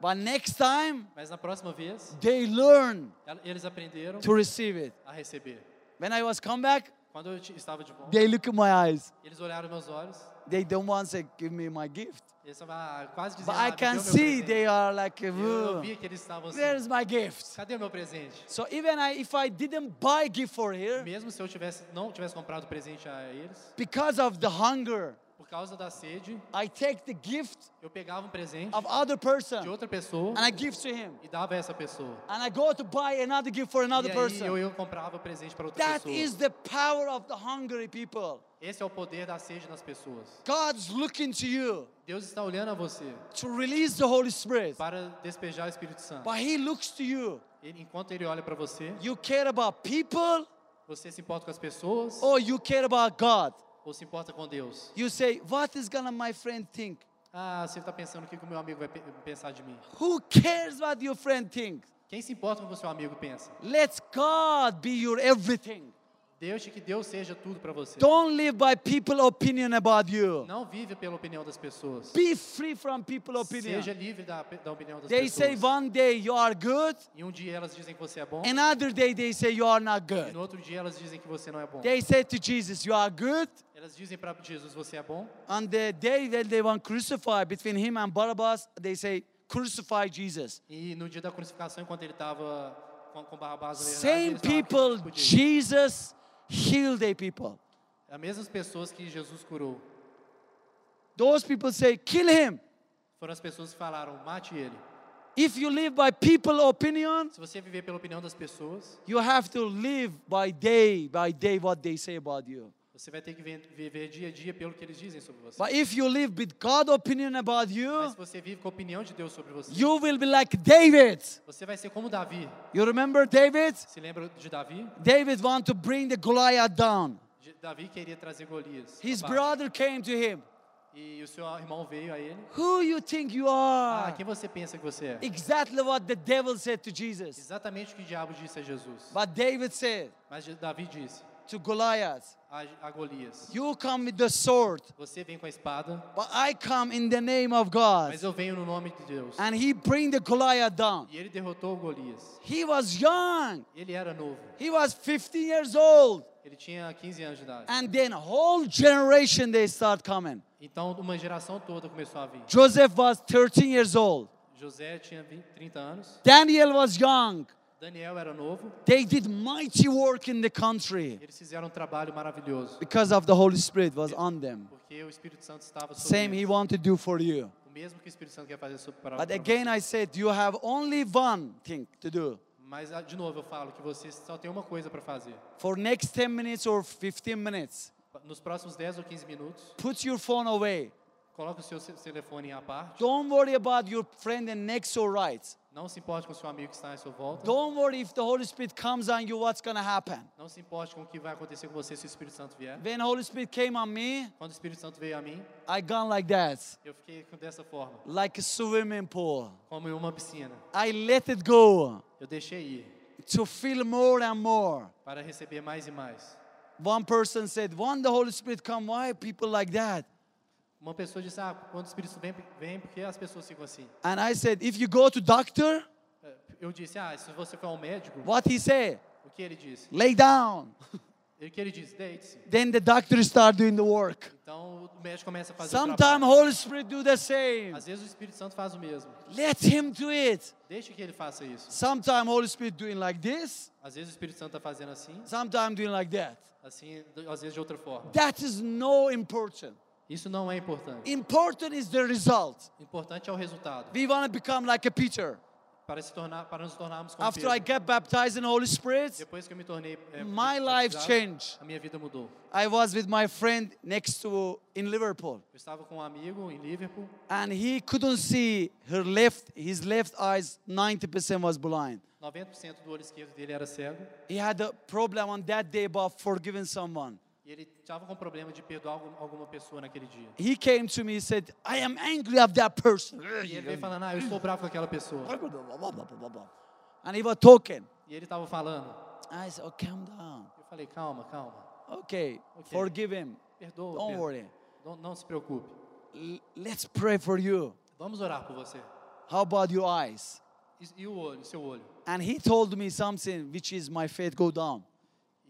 S1: But next time,
S2: Mas na próxima vez,
S1: they learn
S2: el- eles aprenderam
S1: to receive it.
S2: a receber.
S1: When I was come back,
S2: Quando eu ti- estava de volta,
S1: they look at my eyes.
S2: eles olharam meus olhos.
S1: They don't want to give me my gift.
S2: Eles estavam ah, quase dizendo,
S1: But
S2: ah,
S1: I
S2: me deu
S1: can
S2: meu
S1: see
S2: presente.
S1: they are like,
S2: Eu, eu
S1: "Ugh,
S2: vi que eles estavam assim,
S1: where is my gift?
S2: cadê o meu presente?
S1: So even I, if I didn't buy gift for here,
S2: Mesmo se eu tivesse, não tivesse comprado presente a eles,
S1: because of the hunger,
S2: por causa da sede,
S1: I take the gift
S2: eu pegava um presente
S1: of other person
S2: de outra pessoa
S1: and I give to him.
S2: e dava a essa pessoa.
S1: And I go to buy another gift for another
S2: E aí eu,
S1: person.
S2: eu comprava presente para outra
S1: That
S2: pessoa.
S1: is the power of the hungry people.
S2: Esse é o poder da sede nas pessoas.
S1: God's looking to you
S2: Deus está olhando a você
S1: to release the Holy Spirit.
S2: para despejar o Espírito Santo.
S1: But he looks to you.
S2: Ele- enquanto ele olha para você,
S1: You care about people
S2: você se importa com as pessoas
S1: or Oh, you care about God.
S2: ou se importa com Deus?
S1: You say, what is gonna my friend think?
S2: Ah, você está pensando o que que o meu amigo vai pe- pensar de mim.
S1: Who cares what your friend thinks?
S2: Quem se importa com o que o seu amigo pensa?
S1: Let God be your everything.
S2: Deixe que Deus seja tudo para você.
S1: Don't live by people's opinion about you.
S2: Não vive pela opinião das pessoas.
S1: Be free from people's opinion.
S2: Seja livre da, da opinião das
S1: They say
S2: pessoas.
S1: one day you are good,
S2: E um dia elas dizem que você é bom,
S1: another day they say you are not
S2: e
S1: good.
S2: no outro dia elas dizem que você não é bom.
S1: They said to Jesus, You are good.
S2: Elas dizem para Jesus, você é bom.
S1: On the day that they want crucify between him and Barabbas, they say, Crucify Jesus.
S2: E no dia da crucificação, enquanto ele estava com, com Barrabás, na verdade,
S1: Same
S2: eles falaram que
S1: people,
S2: podia ir.
S1: Jesus healed their people.
S2: As mesmas pessoas que Jesus curou.
S1: Those people say, Kill him.
S2: Foram as pessoas que falaram, mate ele.
S1: If you live by people opinion,
S2: Se você viver pela opinião das pessoas,
S1: you have to live by day by day what they say about you.
S2: você vai ter que vi- viver dia a dia pelo que eles dizem sobre você.
S1: But if you live with God's opinion about
S2: Mas
S1: you,
S2: se você vive com a opinião de Deus sobre você,
S1: you will be like David.
S2: você vai ser como Davi.
S1: You remember David?
S2: Se lembra de Davi?
S1: David wanted to bring the Goliath down.
S2: De- Davi queria trazer Golias.
S1: His
S2: abaixo.
S1: brother came to him.
S2: E o seu irmão veio a ele.
S1: Who you think you
S2: Ah,
S1: are?
S2: quem você pensa que você é?
S1: Exactly what the devil said to Jesus.
S2: Exatamente o que o diabo disse a Jesus.
S1: But David said
S2: Mas Je- Davi disse
S1: to Goliath,
S2: a, a Golias:
S1: You come with the sword,
S2: Você vem com a espada,
S1: but I come in the name of God.
S2: mas eu venho no nome de Deus.
S1: And he bring the Goliath down.
S2: E ele derrotou o Golias.
S1: He was young.
S2: Ele era novo.
S1: He was 15 years old.
S2: Ele tinha 15 anos de idade.
S1: And then whole generation they start coming.
S2: Então uma geração toda começou a vir.
S1: Joseph was 13 years old.
S2: José tinha 20, 30 anos.
S1: Daniel was young.
S2: Daniel era novo.
S1: They did mighty work in the country
S2: Eles fizeram um trabalho maravilhoso,
S1: because of the Holy Spirit was on them.
S2: porque o Espírito Santo estava sobre
S1: Same he
S2: eles.
S1: want to do for you.
S2: O mesmo que o Espírito Santo quer fazer sobre para
S1: But
S2: para
S1: again
S2: você.
S1: I said you have only one thing to do.
S2: Mas ah, de novo eu falo que você só tem uma coisa para fazer.
S1: For next 10 minutes or 15 minutes,
S2: Nos próximos 10 ou 15 minutos,
S1: put your phone away.
S2: coloque o seu ce- telefone à parte.
S1: Don't worry about your friend and next or right.
S2: Não se importe com o seu amigo que está à sua volta.
S1: Don't worry if the Holy Spirit comes on you what's going to happen.
S2: Não se importe com o que vai acontecer com você se o Espírito Santo vier.
S1: When Holy Spirit came on me,
S2: Quando o Espírito Santo veio a mim,
S1: I gone like that,
S2: eu fiquei com- dessa forma,
S1: like a swimming pool.
S2: como em uma piscina.
S1: I let it go
S2: Eu deixei ir
S1: to feel more and more.
S2: para receber mais e mais.
S1: One person said, "When the Holy Spirit come, why people like that?"
S2: Uma pessoa disse: "Ah, quando o Espírito Santo vem, vem porque as pessoas ficam assim".
S1: And I said, "If you go to doctor,
S2: É, Eu disse: "Ah, se você for ao médico,
S1: what he say?
S2: o que ele disse?"
S1: Lay down."
S2: O que ele disse? Deite-se.
S1: Then the doctor start doing the work.
S2: Então o médico começa a fazer o
S1: Sometimes
S2: trabalho.
S1: Holy Spirit do the same.
S2: Às vezes o Espírito Santo faz o mesmo.
S1: Let him do it.
S2: Deixe que ele faça isso.
S1: Sometimes Holy Spirit doing like this.
S2: Às vezes o Espírito Santo está fazendo assim,
S1: Sometimes doing like that.
S2: assim, do- às vezes de outra forma.
S1: That is no important.
S2: Isso não é importante.
S1: Important is the result.
S2: O importante é o resultado.
S1: We want to become like a Peter.
S2: Para se tornar, para nos tornarmos como
S1: After I
S2: Pedro.
S1: get baptized in the Holy Spirit,
S2: Depois que eu me tornei é,
S1: My life
S2: batizado,
S1: changed.
S2: A minha vida mudou.
S1: I was with my friend next to in Liverpool,
S2: Eu estava com um amigo em Liverpool
S1: and he couldn't see her left. His left eyes, 90% was blind.
S2: 90% do olho esquerdo dele era cego
S1: He had a problem on that day about forgiving someone.
S2: e ele estava com problema de perdoar algum- alguma pessoa naquele dia.
S1: He came to me. He said, "I am angry of that person,"
S2: E ele veio falando, ah, eu estou bravo com aquela pessoa.
S1: and he was talking.
S2: E ele estava falando.
S1: I said, "Oh, calm down.
S2: Eu falei, calma, calma.
S1: Okay,
S2: Okay.
S1: forgive him.
S2: Perdoa.
S1: Don't
S2: perdoa.
S1: worry.
S2: Não, não se preocupe.
S1: L- let's pray for you.
S2: Vamos orar por você.
S1: How about your eyes?"
S2: E, e o olho, seu olho?
S1: And he told me something, which is my faith go down.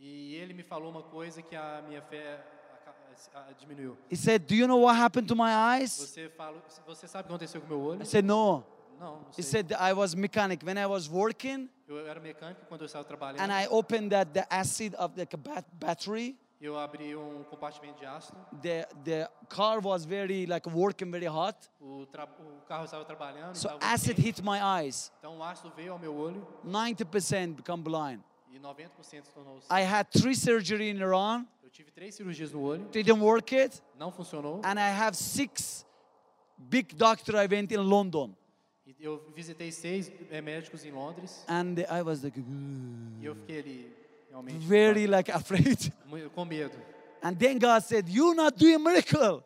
S2: E ele me falou uma coisa que a minha fé aca- a- diminuiu.
S1: He said, Do you know what happened to my eyes?
S2: Você fala, você sabe o que aconteceu com o meu olho?
S1: I said, No.
S2: Não, não
S1: He
S2: sei.
S1: said, I was mechanic. When I was working
S2: Eu era mecânico quando eu estava trabalhando.
S1: and I opened that the acid of the ca- bat- battery,
S2: Eu abri um compartimento de aço.
S1: The, the car was very, like, working very hot.
S2: O, tra- o carro estava trabalhando.
S1: So
S2: estava
S1: acid
S2: quente,
S1: hit my eyes.
S2: Então o ácido veio ao meu olho
S1: 90% become blind.
S2: e 90% tornou-se.
S1: I had three surgery in Iran.
S2: Eu tive três cirurgias no olho,
S1: Didn't work it.
S2: não funcionou.
S1: And I have six big doctor I went in London.
S2: E Eu visitei seis eh, médicos em Londres
S1: And I was like,
S2: e eu fiquei ali realmente
S1: very like afraid.
S2: mu- com medo.
S1: And then God said, you're not doing miracle.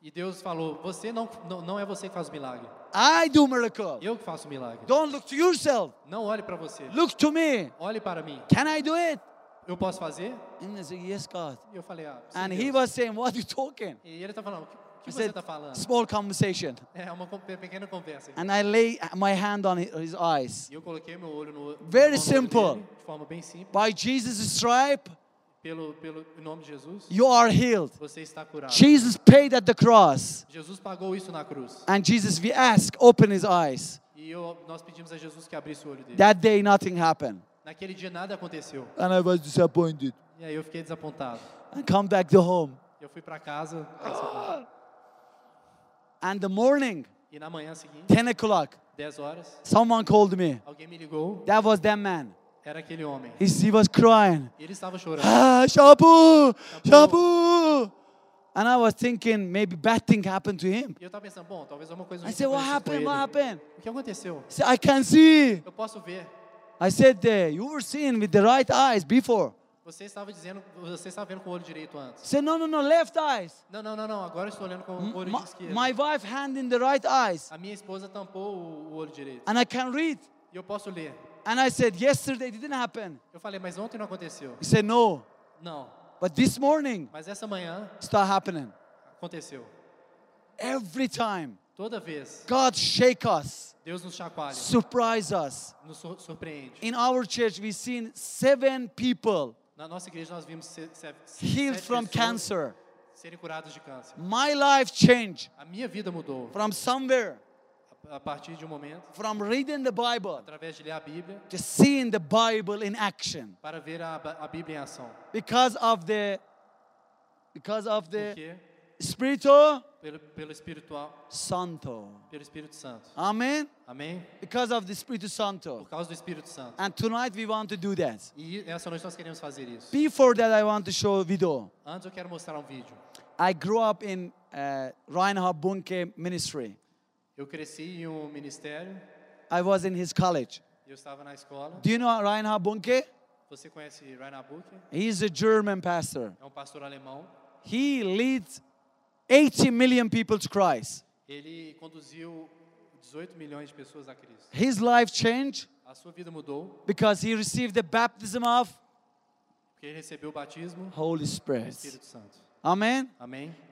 S2: E Deus falou: Você não, não, não é você que faz o milagre,
S1: I do miracle.
S2: eu que faço o milagre.
S1: Don't look to yourself.
S2: Não olhe para você,
S1: Look to me.
S2: olhe para mim.
S1: Can I do it?
S2: Eu posso fazer?
S1: And I said, yes, God.
S2: E eu falei: Ah, sim,
S1: And he
S2: Deus.
S1: was saying, what are you talking?
S2: E ele está falando: O que, o
S1: I
S2: que você
S1: said,
S2: está falando?
S1: small conversation.
S2: É uma com- pequena conversa.
S1: And I lay my hand on his eyes.
S2: E eu coloquei meu olho no
S1: Very
S2: mão no olho
S1: simple.
S2: dele, de forma bem simples,
S1: By Jesus' stripe,
S2: pelo, pelo em nome de Jesus,
S1: you are healed.
S2: você está curado.
S1: Jesus paid at the cross.
S2: Jesus pagou isso na cruz.
S1: And Jesus, we ask, open his eyes.
S2: E eu, nós pedimos a Jesus que abrisse o olho dele.
S1: That day, nothing happened.
S2: Naquele dia nada aconteceu.
S1: And I was disappointed.
S2: E aí eu fiquei desapontado.
S1: And come back to home.
S2: Eu fui para casa pensando,
S1: And the morning,
S2: e na manhã seguinte,
S1: 10 o'clock,
S2: 10 horas,
S1: someone called me.
S2: alguém me ligou,
S1: That was that man.
S2: era aquele homem.
S1: He, he was crying.
S2: E ele estava chorando.
S1: Ah, shampoo, shampoo. And I was thinking maybe bad thing happened to him.
S2: E eu estava pensando, bom, talvez alguma coisa
S1: I
S2: ruim
S1: said, what
S2: tenha acontecido
S1: happened?
S2: com
S1: What
S2: ele.
S1: happened?
S2: O que aconteceu?
S1: He said, I can see.
S2: Eu posso ver.
S1: I said, uh, you were seeing with the right eyes before.
S2: Você estava dizendo, você estava vendo com o olho direito antes.
S1: He said, no, no, no, left eyes.
S2: Não, não, não, não. Agora eu estou olhando com o olho
S1: My,
S2: esquerdo.
S1: my wife hand in the right eyes.
S2: A minha esposa tampou o, o olho direito.
S1: And I can read.
S2: E eu posso ler.
S1: And I said, yesterday it didn't happen.
S2: Eu falei, mas ontem não aconteceu.
S1: He said, no.
S2: Não.
S1: But this morning,
S2: Mas essa manhã
S1: start happening.
S2: aconteceu.
S1: Every time,
S2: Toda vez,
S1: God shake us,
S2: Deus nos chacoalha,
S1: surprise us.
S2: nos sur- surpreende.
S1: In our church, we've seen seven people
S2: Na nossa igreja nós vimos se, se, se,
S1: healed
S2: sete
S1: from
S2: pessoas
S1: cancer.
S2: serem curados de câncer.
S1: My life changed
S2: A minha vida mudou
S1: from somewhere,
S2: a, a partir de um momento,
S1: from reading the Bible
S2: através de ler a Bíblia,
S1: to seeing the Bible in action
S2: para ver a, Ba- a Bíblia em ação.
S1: because of the because of the
S2: Porque
S1: Espírito
S2: pelo, pelo espiritual,
S1: Santo.
S2: pelo Espírito Santo.
S1: Amen.
S2: Amém?
S1: Because of the Espírito Santo.
S2: Por causa do Espírito Santo.
S1: And tonight we want to do that.
S2: E essa noite nós queremos fazer isso.
S1: Before that, I want to show a video.
S2: Antes eu quero mostrar um vídeo.
S1: I grew up in uh, Reinhard Bunke ministry.
S2: Eu cresci em um ministério,
S1: I was in his college.
S2: eu estava na escola.
S1: Do you know Reinhard Bunke?
S2: Você conhece Rainer Bucher?
S1: He's a German pastor.
S2: É um pastor alemão.
S1: He leads 80 million people to Christ.
S2: Ele conduziu 18 milhões de pessoas a Cristo.
S1: His life changed
S2: A sua vida mudou
S1: because he received the baptism of
S2: porque ele recebeu o batismo
S1: Holy
S2: do
S1: Spirit.
S2: Espírito Santo.
S1: Amen.
S2: Amém?